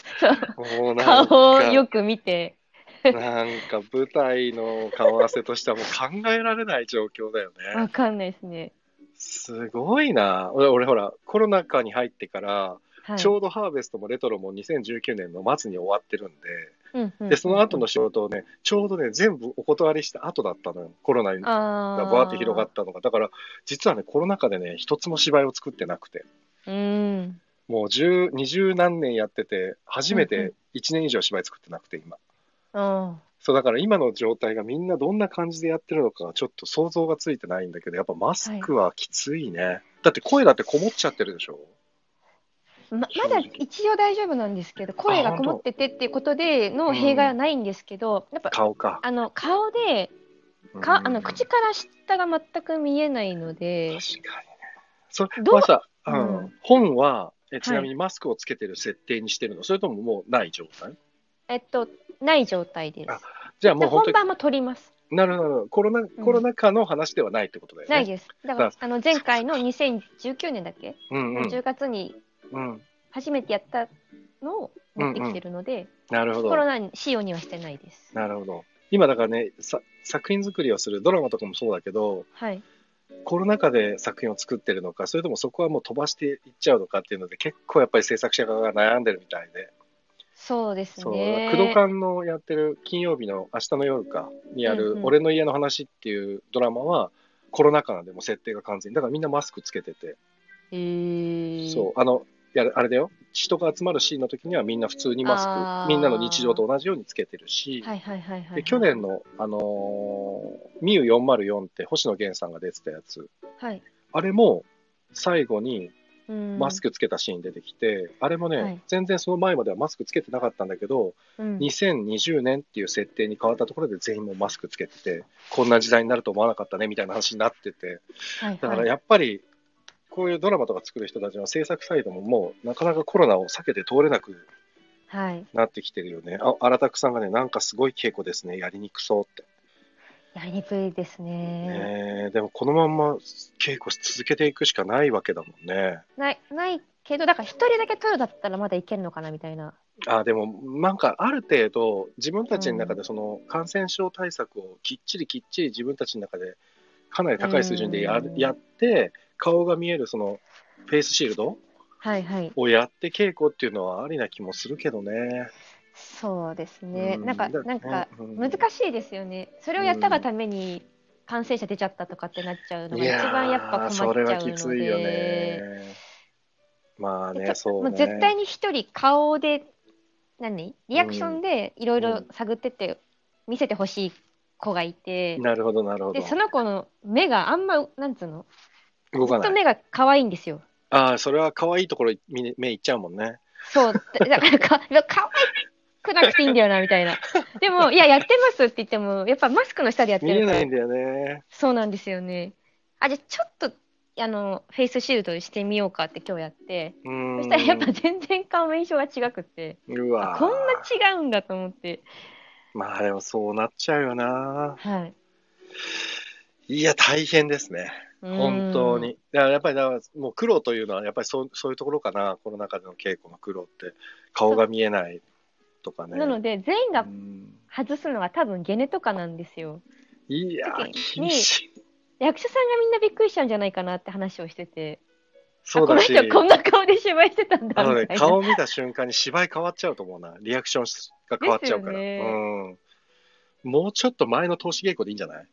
Speaker 2: お互い。
Speaker 1: もう
Speaker 2: そ
Speaker 1: な
Speaker 2: う
Speaker 1: んか
Speaker 2: 顔をよく見て、
Speaker 1: なんか舞台の顔合わせとしてはもう考えられない状況だよ
Speaker 2: わ
Speaker 1: ね。
Speaker 2: かんないですね。
Speaker 1: すごいな。俺、俺ほら、コロナ禍に入ってから、
Speaker 2: はい、
Speaker 1: ちょうどハーベストもレトロも2019年の末に終わってるん
Speaker 2: うんうん
Speaker 1: で、で、その後の仕事をね、ちょうどね、全部お断りした後だったのよ。コロナが
Speaker 2: あー
Speaker 1: バーって広がったのが。だから、実はね、コロナ禍でね、一つも芝居を作ってなくて、
Speaker 2: うん。
Speaker 1: もう十、二十何年やってて、初め
Speaker 2: うんう
Speaker 1: て1年以上芝居作ってなくて、今。
Speaker 2: あ
Speaker 1: そうだから今の状態がみんなどんな感じでやってるのかちょっと想像がついてないんだけどやっぱマスクはきついね、だって声だってこもっちゃってるでしょ
Speaker 2: ーままだ一応大丈夫なんですけど声がこもっててっていうことでの弊害はないんですけど、やっぱ
Speaker 1: 顔か
Speaker 2: あの顔でか、
Speaker 1: うん
Speaker 2: あの口から下が全く見えないので
Speaker 1: 確かにねそれ
Speaker 2: どう
Speaker 1: はさ、う
Speaker 2: うん
Speaker 1: ん本はえちなみにマスクをつけてる設定にしてるの、それとももうない状態
Speaker 2: えっとない状態です。
Speaker 1: あじゃあ
Speaker 2: で
Speaker 1: もう本
Speaker 2: 本
Speaker 1: 当
Speaker 2: 番も取ります。
Speaker 1: になるほどなるほどコロナコロナ禍の話ではないってことだよね、
Speaker 2: ないです。だからあの前回の2019年だっけ、
Speaker 1: うんう
Speaker 2: の
Speaker 1: ん
Speaker 2: 10月に
Speaker 1: うん
Speaker 2: 初めてやったのを持ってきてるので、
Speaker 1: なるほど
Speaker 2: コロナ仕様にはしてないです。
Speaker 1: なるほど今だからねさ作品作りをするドラマとかもそうだけど
Speaker 2: はい。
Speaker 1: コロナ禍で作品を作ってるのか、それともそこはもう飛ばしていっちゃうのかっていうので、結構やっぱり制作者側が悩んでるみたいで、
Speaker 2: そうです
Speaker 1: そう、
Speaker 2: ね。
Speaker 1: 工藤館のやってる金曜日の明日の夜かにや
Speaker 2: うん
Speaker 1: る
Speaker 2: う、ん
Speaker 1: 俺の家の話っていうドラマは、コロナ禍なんで、もう設定が完全に、だからみんなマスクつけてて、
Speaker 2: えー
Speaker 1: そう、あの、やるあれだよ、人が集まるシーンの時にはみんな普通にマ
Speaker 2: あ
Speaker 1: ス
Speaker 2: ー
Speaker 1: ク、みんなの日常と同じようにつけてるし、
Speaker 2: はいはいはいはい、は
Speaker 1: で
Speaker 2: い。
Speaker 1: 去年の、あのー、ミュー404って星野源さんが出てたやつ、
Speaker 2: はい、
Speaker 1: あれも最後に、マ
Speaker 2: マ
Speaker 1: スクつけたシーン出てきて、あれもね、
Speaker 2: はい
Speaker 1: 全然その前まではマスクつけてなかったんだけど、2020年っていう設定に変わったところで全員もうマスクつけてて、こんな時代になると思わなかったねみたいな話になってて、だからやっぱり、こういうドラマとか作る人たちの制作サイドももうなかなかコロナを避けて通れなく
Speaker 2: はい。
Speaker 1: なってきてるよね。あ、荒拓さんがね、なんかすごい稽古ですね。やりにくそうって。
Speaker 2: やりにくいですね。
Speaker 1: ねえでもこのまんま稽古し続けていくしかないわけだもんね。
Speaker 2: ない、ないけど、だから一人だけ取るだったらまだいけるのかなみたいな。
Speaker 1: あでもなんかある程度自分たちの中でその感染症対策をきっちりきっちり自分たちの中でかなり高い水準でやる
Speaker 2: うん
Speaker 1: やって顔が見えるそのフェイスシールド
Speaker 2: はいはい。
Speaker 1: をやって稽古っていうのはありな気もするけどね。
Speaker 2: そうですね。
Speaker 1: う
Speaker 2: なんか、
Speaker 1: だ
Speaker 2: なんか、
Speaker 1: うん
Speaker 2: 難しいですよね。それをやったがために感染者出ちゃったとかってなっちゃうのが
Speaker 1: い
Speaker 2: 一
Speaker 1: やー
Speaker 2: 番やっぱ困っちゃうので。
Speaker 1: それはきついよね。まあ
Speaker 2: で
Speaker 1: ね、
Speaker 2: ちょ
Speaker 1: そう
Speaker 2: も
Speaker 1: ね。
Speaker 2: う絶対に一人顔で何リアクションでいろいうろ
Speaker 1: ん
Speaker 2: 探ってって見せてほしい子がいて、
Speaker 1: なるほど、なるほど
Speaker 2: で。その子の目があんまなんつうの
Speaker 1: 動
Speaker 2: ず
Speaker 1: か
Speaker 2: っ
Speaker 1: な
Speaker 2: と
Speaker 1: い。
Speaker 2: 目が可愛いんですよ。
Speaker 1: ああ、それは可愛いところ見ね目いっちゃうもんね。
Speaker 2: そうだだからか可愛くなくていいんだよなみたいな。でもいややってますって言ってもやっぱマスクの下でやって
Speaker 1: 見え
Speaker 2: るか
Speaker 1: な
Speaker 2: ら
Speaker 1: いんだよね。
Speaker 2: そうなんですよね。あじゃあちょっとあのフェイスシールドしてみようかって今日やって、
Speaker 1: うーん。
Speaker 2: そしたらやっぱ全然顔の印象が違くて、
Speaker 1: うわ
Speaker 2: あこんな違うんだと思って。
Speaker 1: まあでもそうなっちゃうよな。
Speaker 2: はい。
Speaker 1: いや、大変ですね。本当に。だからやっぱりだからもう苦労というのは、やっぱりそうそういうところかな。コロナ禍での稽古の苦労って、顔が見えないとか
Speaker 2: う
Speaker 1: ね。
Speaker 2: ん。なので全員
Speaker 1: う
Speaker 2: が
Speaker 1: ん
Speaker 2: 外すのが多分ゲネとかなんですよ。
Speaker 1: いやー、
Speaker 2: 時に
Speaker 1: 厳しい。
Speaker 2: 役者さんがみんなびっくりしちゃうんじゃないかなって話をしてて、あ
Speaker 1: そ
Speaker 2: こ
Speaker 1: う
Speaker 2: の
Speaker 1: だし。
Speaker 2: 人こんな顔で芝居してたんだ
Speaker 1: あの
Speaker 2: み
Speaker 1: ね、
Speaker 2: たいな。
Speaker 1: 顔見た瞬間に芝居変わっちゃうと思うな。リアクションが変わっちゃうから。
Speaker 2: ですよ
Speaker 1: うん。もうちょっと前の投資稽古でいいんじゃない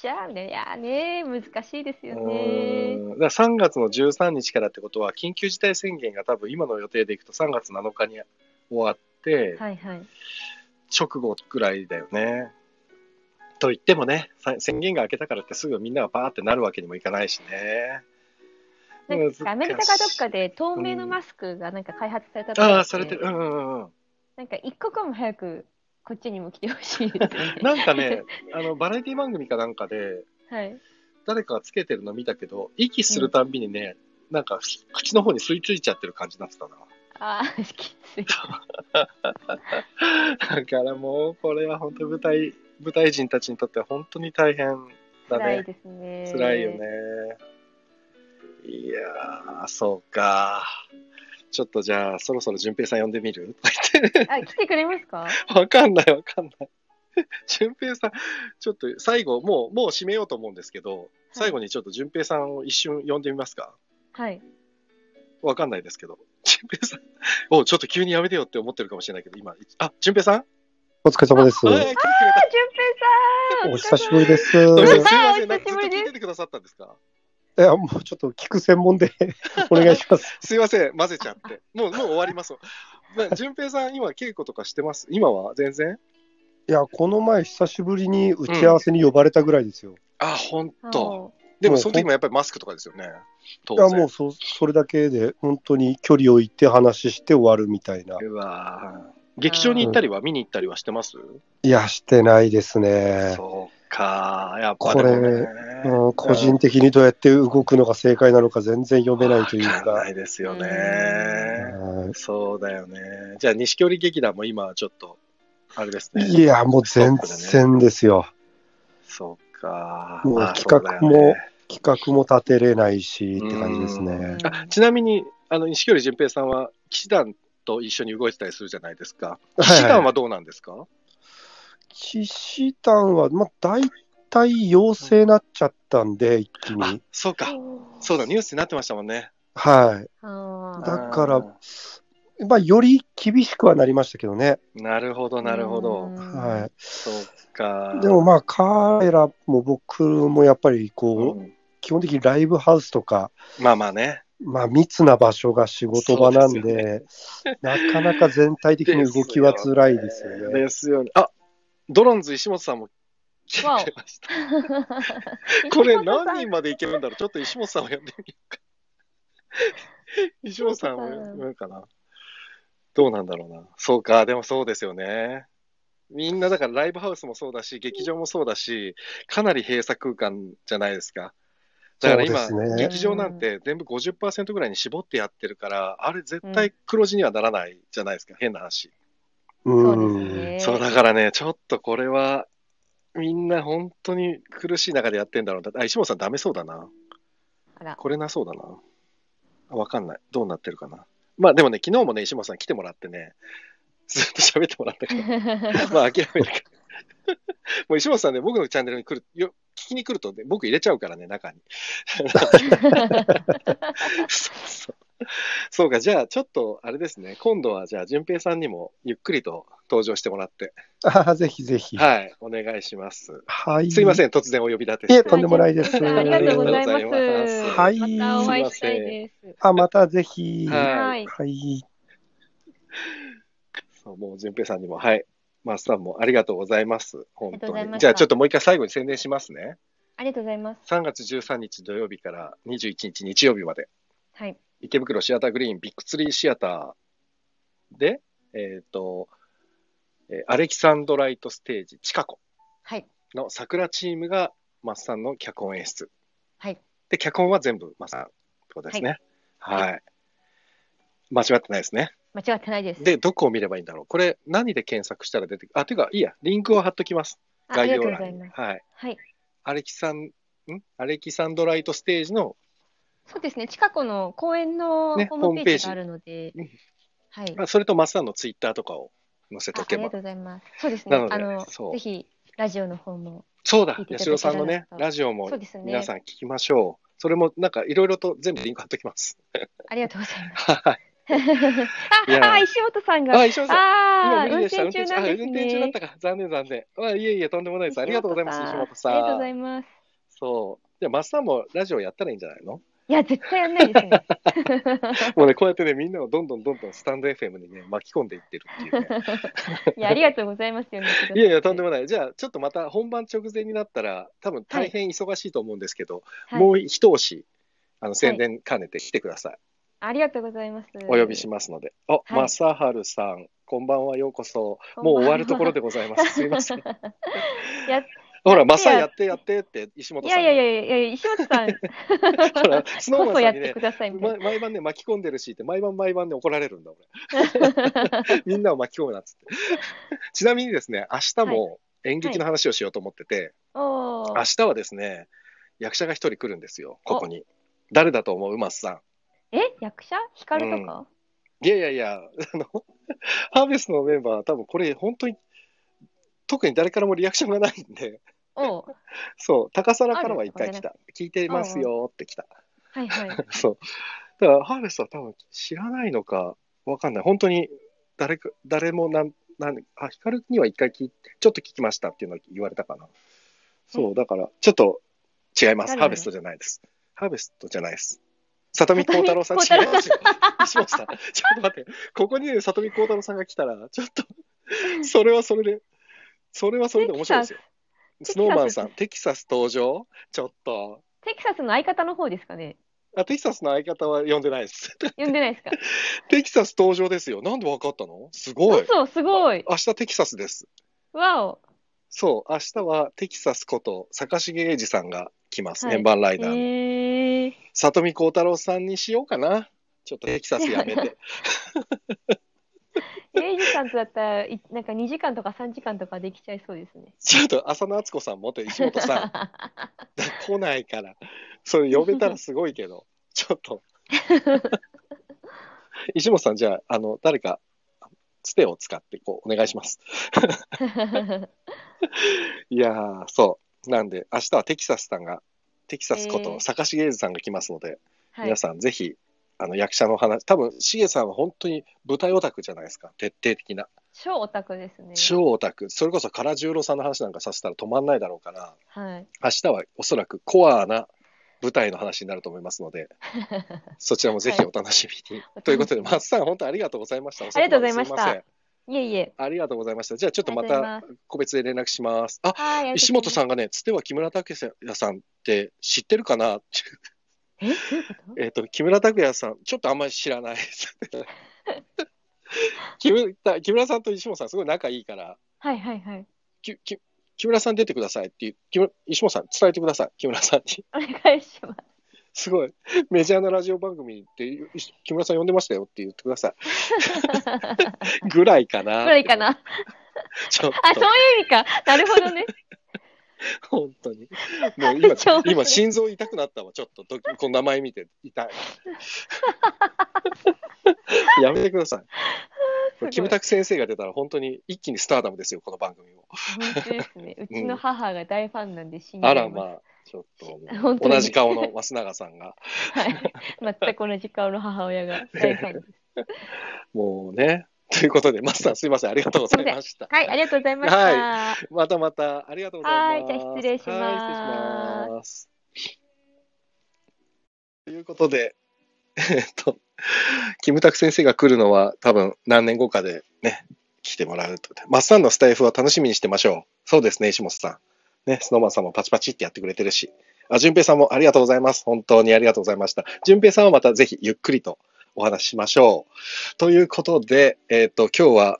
Speaker 2: じゃあね、いやーねー、難しいですよね。
Speaker 1: うん。だから3月の13日からってことは、緊急事態宣言が多分今の予定でいくと3月7日に終わって、
Speaker 2: はいはい。
Speaker 1: 直後くらいだよね。と言ってもね、さ宣言が明けたからってすぐみんながパーってなるわけにもいかないしね。
Speaker 2: なんかアメリカかどっか
Speaker 1: で。
Speaker 2: で透明のマスクがなんか開発されたとか
Speaker 1: あ
Speaker 2: で
Speaker 1: あ、されてる。うんうんうん。。
Speaker 2: なんか一刻も早くこっちにも来てほしいですね
Speaker 1: なんか ね、あの、バラエティ番組かなんかで、
Speaker 2: はい。
Speaker 1: 誰かがつけてるの見たけど、息するたんびにね、なんか口の方に吸い付いちゃってる感じになってたな。
Speaker 2: ああ、きつい。
Speaker 1: だからもう、これは本当舞台、舞台人たちにとっては本当に大変だ
Speaker 2: 辛い
Speaker 1: ね。
Speaker 2: ですね。
Speaker 1: 辛いよね。。いやー、そうか。ちょっとじゃあ、そろそろ淳平さん呼んでみる
Speaker 2: あ、来てくれますか
Speaker 1: わかんない、わかんない。 淳平さん、ちょっと最後、もう、もう締めようと思うんですけど、最後にちょっと淳平さんを一瞬呼んでみますか
Speaker 2: はい。
Speaker 1: わかんないですけど、淳平さん、おちょっと急にやめてよって思ってるかもしれないけど、今、あ淳平さん
Speaker 3: お疲れ様です。
Speaker 1: はい来てくれ
Speaker 2: あ
Speaker 1: た、
Speaker 2: 淳平さん
Speaker 3: お久しぶりです。
Speaker 1: ごめんなさい
Speaker 3: い
Speaker 1: すいま
Speaker 2: あ
Speaker 1: せん、
Speaker 2: お
Speaker 1: なんかずっと
Speaker 2: 久しぶりで
Speaker 1: 聞
Speaker 2: す
Speaker 1: いててくださったんですか
Speaker 3: や、もうちょっと聞く専門で お願いします。
Speaker 1: すいません、混ぜちゃって、もうもう終わりますわ。まあ淳平さん、今、稽古とかしてます今は全然
Speaker 3: いや、この前久しぶりに打ち合わせに呼ばれたぐらいですよ。
Speaker 1: あ、本
Speaker 2: あ
Speaker 1: 当。
Speaker 2: も
Speaker 1: でも、その時もやっぱりマスクとかですよね。当
Speaker 3: いや、
Speaker 1: 然
Speaker 3: もうそそれだけで本当に距離を置いて話して終わるみたいな。
Speaker 1: うわー劇場に行ったりは、見に行ったりはしてます、
Speaker 3: いや、してないですね。
Speaker 1: そうか、やっぱ
Speaker 3: これ
Speaker 1: でもね
Speaker 3: うん、個人的にどうやって動くのが正解なのか全然読めないという
Speaker 1: わかんな
Speaker 3: か。
Speaker 1: いですよ
Speaker 2: う
Speaker 1: ね。
Speaker 3: は
Speaker 1: そうだよね。じゃあ、錦織劇団も今はちょっと、あれです
Speaker 3: い
Speaker 1: ね。
Speaker 3: いや、もう全然ですよ。
Speaker 1: そうか。
Speaker 3: もう
Speaker 1: まあ
Speaker 3: 企画
Speaker 1: そうだよね
Speaker 3: 企画も立てれないしって感じです
Speaker 1: う
Speaker 3: ね。
Speaker 1: あちなみに、あの錦織淳平さんは、騎士団と一緒に動いてたりするじゃないですか。
Speaker 3: いは
Speaker 1: 騎
Speaker 3: い
Speaker 1: 士団はどうなんですか、
Speaker 3: 騎士団は、まあ、大体陽性なっちゃったんで、一気
Speaker 1: あ
Speaker 3: に。
Speaker 1: そうか、
Speaker 2: う
Speaker 1: そうだ、ニュースになってましたもんね。
Speaker 3: は
Speaker 2: あー
Speaker 3: だから
Speaker 1: あー
Speaker 3: い。まあ、より厳しくはなりましたけどね。
Speaker 1: なるほど、なるほ
Speaker 2: う
Speaker 1: ど。
Speaker 2: ん
Speaker 3: は
Speaker 1: そうか。
Speaker 3: い。でもまあ、彼らも僕もやっぱり、こう、
Speaker 1: うん
Speaker 3: 基本的にライブハウスとか、
Speaker 1: まあまあね。
Speaker 3: まあ、密な場所が仕事場なんで、
Speaker 1: そう
Speaker 3: なかなか全体的に動きは辛いですよね。
Speaker 1: ですよね。あドロンズ石本さんも来てくれました。 これ何人までいけるんだろうちょっと石本さんを呼んでみようか。石本さんを呼ぶかなどうなんだろうな。そうか、でもそうですよね。みんなだからライブハウスもそうだし、劇場もそうだし、かなり閉鎖空間じゃないですか。だから今、
Speaker 3: そうですね
Speaker 1: 劇場なんて全部50%ぐらいに絞ってやってるから、あれ絶対黒字にはならないじゃないですか、変な話。
Speaker 2: そう
Speaker 3: う
Speaker 2: です
Speaker 3: ん。
Speaker 2: ね。
Speaker 1: そう、だからね、ちょっとこれは、みんな本当に苦しい中でやってんだろうな。あ、石本さんダメそうだな。
Speaker 2: あら、
Speaker 1: これなそうだな。あわかんない。どうなってるかな。まあでもね、昨日もね、石本さん来てもらってね、ずっと喋ってもらったけど、 まあ諦めるか。もう石本さんね、僕のチャンネルに来る、よ聞きに来ると、ね、僕入れちゃうからね、中に。そうそう。そうか、じゃあちょっとあれですね、今度はじゃあ、淳平さんにもゆっくりと登場してもらって、
Speaker 3: ああ、 ぜひぜひ。
Speaker 1: はい、お願いします。
Speaker 3: はい。
Speaker 1: すいませ
Speaker 3: ん。
Speaker 1: ん、突然お呼び立て
Speaker 3: いえ、
Speaker 1: して。
Speaker 3: とんでもないです。
Speaker 2: ありがとうございます。
Speaker 3: はい
Speaker 2: またお会いしたいです。
Speaker 3: あ、またぜひ。
Speaker 1: はい
Speaker 2: はい。
Speaker 3: はい。
Speaker 1: そうもう、淳平さんにも、はい。マスターもありがとうございます。本
Speaker 2: ありが
Speaker 1: 当
Speaker 2: とうございま
Speaker 1: に。
Speaker 2: した
Speaker 1: じゃあ、ちょっともう一回最後に宣伝しますね。
Speaker 2: ありがとうございます。
Speaker 1: 3月13日土曜日から21日日曜日まで、
Speaker 2: はい。
Speaker 1: 池袋シアターグリーンビッグツリーシアターで、えっ、と、えーアレキサンドライトステージ、チカコ
Speaker 2: はい。
Speaker 1: の桜チームが、マスさんの脚本演出。
Speaker 2: はい。
Speaker 1: で、脚本は全部、マスさんってことですね。はい。間違ってないですね。
Speaker 2: 間違ってないです。
Speaker 1: で、どこを見ればいいんだろう。これ、何で検索したら出てくる。あ、ていうか、いいや、リンクを貼っときます。
Speaker 2: ああ
Speaker 1: 概
Speaker 2: りが
Speaker 1: 要
Speaker 2: とうござい
Speaker 1: 欄に
Speaker 2: ます。
Speaker 1: はい。
Speaker 2: はい。
Speaker 1: アレキサン、んアレキサンドライトステージの、
Speaker 2: そうですね。近くの公園の
Speaker 1: ね
Speaker 2: ホームページがあるので
Speaker 1: ホームページ、
Speaker 2: はい。
Speaker 1: あそれとマスさんのツイッターとかを載せ
Speaker 2: あ
Speaker 1: と
Speaker 2: あり
Speaker 1: け
Speaker 2: がと
Speaker 1: ば
Speaker 2: う。ございます。そうですね。
Speaker 1: なので
Speaker 2: あの、
Speaker 1: そう
Speaker 2: ぜひ、ラジオの方も。
Speaker 1: そうだ
Speaker 2: 聞い、ていただ
Speaker 1: 八
Speaker 2: け
Speaker 1: 代さんのね
Speaker 2: た、ら
Speaker 1: ラジオも
Speaker 2: そうですね
Speaker 1: 皆さん聞きましょう。それもなんかいろいろと全部リンク貼っとき ます。
Speaker 2: ありがとうございます。
Speaker 1: はい。いや
Speaker 2: あ、あ、石本さんが。
Speaker 1: あ、石尾さん。今
Speaker 2: ああ、
Speaker 1: 無
Speaker 2: 運
Speaker 1: 理でした。
Speaker 2: 転中なん
Speaker 1: あ
Speaker 2: ですね。
Speaker 1: 運転中だったか。残念残念。あいえいえ、とんでもないです。ありがとうございます、石本さん。
Speaker 2: ありがとうございます。
Speaker 1: そう。じゃあ、マスさんもラジオやったらいいんじゃないの
Speaker 2: いや、絶対やんないですね。
Speaker 1: もうね、こうやってね、みんなをどんどんどんどんスタンド FM にね、巻き込んでいってるっていうね。
Speaker 2: いや、ありがとうございますよね。
Speaker 1: いやいや、とんでもない。じゃあ、ちょっとまた本番直前になったら、多分大変忙しいと思うんですけど、
Speaker 2: はい
Speaker 1: もう一押し、あの宣伝兼ねて来てください。
Speaker 2: ありがとうございます。
Speaker 1: お呼びしますので。あ、
Speaker 2: い
Speaker 1: まさはるさん、こんばんは、ようこそ。
Speaker 2: こん
Speaker 1: も
Speaker 2: ばん
Speaker 1: う
Speaker 2: は
Speaker 1: 終わるとこ ろでございます。すいません。
Speaker 2: や
Speaker 1: ほら、まさやってやってって、石本
Speaker 2: い
Speaker 1: さ
Speaker 2: や
Speaker 1: ん。
Speaker 2: いやいやいや、石本さん、
Speaker 1: ほら、スノーマ
Speaker 2: こ
Speaker 1: ン
Speaker 2: そ
Speaker 1: さ
Speaker 2: や
Speaker 1: ん
Speaker 2: っ
Speaker 1: に
Speaker 2: て
Speaker 1: ね
Speaker 2: く、ださいみたい
Speaker 1: ま
Speaker 2: な。
Speaker 1: 毎晩ね、巻き込んでるしって、毎晩毎晩ね、怒られるんだ、俺。 みんなを巻き込むなっつって。 ちなみにですね、明日も演劇の話をしようと思ってて、
Speaker 2: お
Speaker 1: 明
Speaker 2: ー
Speaker 1: 日はですね、役者が一人来るんですよ、ここに。誰だと思う、マスさ
Speaker 2: え、役者光とか
Speaker 1: ん。いやいやいや、あの、ハーベストのメンバーは多分これ、本当に、特に誰からもリアクションがないんで、
Speaker 2: おー
Speaker 1: そう、高皿からは一回来た。聞いてますよって来た。
Speaker 2: はいはい。
Speaker 1: そう。だから、ハーベストは多分知らないのか、わかんない。本当に、誰か、誰もなん、なん、あ、ヒカルには一回聞いて、ちょっと聞きましたっていうのを言われたかな。そう、だから、ちょっと違います。
Speaker 2: 誰
Speaker 1: ハーベストじゃないです。ハーベストじゃないです。里見光太郎さん、違
Speaker 2: 里見
Speaker 1: いますよ。しました。ちょっと待って、ここにね、里見光太郎さんが来たら、ちょっ と、それはそれで、それはそれで面白いですよ。
Speaker 2: テキサス
Speaker 1: スノーマンさん、テキサス登場ちょっと。
Speaker 2: テキサスの相方の方ですかね
Speaker 1: あ、テキサスの相方は呼んでないです。
Speaker 2: 呼んでないですか
Speaker 1: テキサス登場ですよ。なんでわかったのすごい。
Speaker 2: 嘘、すごい。
Speaker 1: 明日テキサスです。
Speaker 2: わお。
Speaker 1: そう、明日はテキサスこと坂重英二さんが来ます。
Speaker 2: はい
Speaker 1: 円盤ライ
Speaker 2: え
Speaker 1: ダーの。
Speaker 2: ー、
Speaker 1: 里見光太郎さんにしようかな。ちょっとテキサスやめ て。
Speaker 2: エイジさんとだったら、いなんか2時間とか3時間とかできちゃいそうですね。
Speaker 1: ちょっと浅野敦子さんもって石本 さん来ないから。それ呼べたらすごいけど。ちょっ と。石本さん、じゃあ、あの、誰か、つてを使って、こう、お願いします。 いやー、そう。なんで、明日はテキサスさんが、テキサスこ
Speaker 2: え
Speaker 1: と
Speaker 2: ー
Speaker 1: 坂重英二さんが来ますので、
Speaker 2: はい
Speaker 1: 皆。さんぜひ、あの役者の話、多分シゲさんは本当に舞台オタクじゃないですか、徹底的な。
Speaker 2: 超オタクですね。
Speaker 1: 超オタク、それこそ唐十郎さんの話なんかさせたら止まんないだろうから、
Speaker 2: はい。
Speaker 1: 明日はおそらくコアな舞台の話になると思いますので、 そちらもぜひお楽しみに。ということで、松さん、本当ありがとうございました。あ
Speaker 2: りがとうございました
Speaker 1: せん。
Speaker 2: いえいえ。
Speaker 1: ありがとうございました。じゃあ、ちょっとま
Speaker 2: ありが
Speaker 1: た
Speaker 2: と
Speaker 1: 個別で連絡します。あ
Speaker 2: はい。
Speaker 1: 石本さ
Speaker 2: ん。
Speaker 1: んがね、つては木村拓哉さんって知ってるかな
Speaker 2: え、どういうこと
Speaker 1: えっと、木村拓哉さん、ちょっとあんまり知らない です。木村木村さんと石本さん、すごい仲いいから、
Speaker 2: はいはいはい。
Speaker 1: きき木村さん出てくださいっていう木村、石本さん、伝えてください、木村さんに。
Speaker 2: お願いします。
Speaker 1: すごい。メジャーなラジオ番組って、木村さん呼んでましたよって言ってくださ い。ぐらいかな。
Speaker 2: ぐらいか。な。あ、
Speaker 1: ちょっ
Speaker 2: そういう意味か。なるほ どね。
Speaker 1: と、 本当に。もう今
Speaker 2: 超面白、い
Speaker 1: 今、心臓痛くなったわ。ちょっと、どこの名前見て痛 い。やめてください。こ れキムタク先生が出たら、本当に一気にスターダムですよ、この番組も。
Speaker 2: 本当ですね。うちの母が大ファンなんで信じ
Speaker 1: あ
Speaker 2: て
Speaker 1: ら、
Speaker 2: います。
Speaker 1: まあ、ちょっともう
Speaker 2: 本当に
Speaker 1: 同じ顔の増永さんが、
Speaker 2: はい。全く同じ顔の母親が大ファン です。
Speaker 1: もうね。ということで、マスター、すいません。ありがとうございました。
Speaker 2: はい、ありがとうございました。
Speaker 1: は またまた、ありがとうございます。
Speaker 2: はいじゃあ失礼します
Speaker 1: はい失礼します。ということで、えっと、キムタク先生が来るのは多分何年後かでね、来てもらうと。マッサンのスタイフは楽しみにしてましょう。そうですね、石本さん。ね、スノーマンさんもパチパチってやってくれてるし。あ、淳平さんもありがとうございます。本当にありがとうございました。淳平さんはまたぜひゆっくりとお話ししましょう。ということで、えっ、と、今日は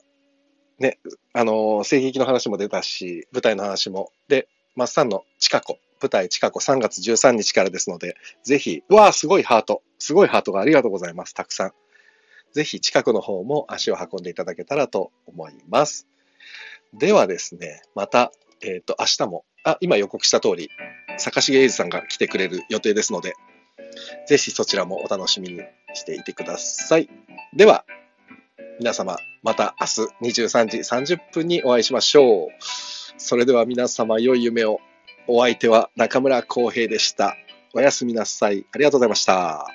Speaker 1: あのー、声劇の話も出たし、舞台の話も。で、マッサンのチカ子、舞台チカ子3月13日からですので、ぜひ、うわー、すごいハート、すごいハートがありがとうございます、たくさん。ぜひ、近くの方も足を運んでいただけたらと思います。ではですね、また、えっ、と、明日も、あ、今予告した通り、坂重英二さんが来てくれる予定ですので、ぜひそちらもお楽しみにしていてください。では、皆様、また明日23時30分にお会いしましょう。それでは皆様、良い夢を。お相手は中村浩平でした。おやすみなさい。ありがとうございました。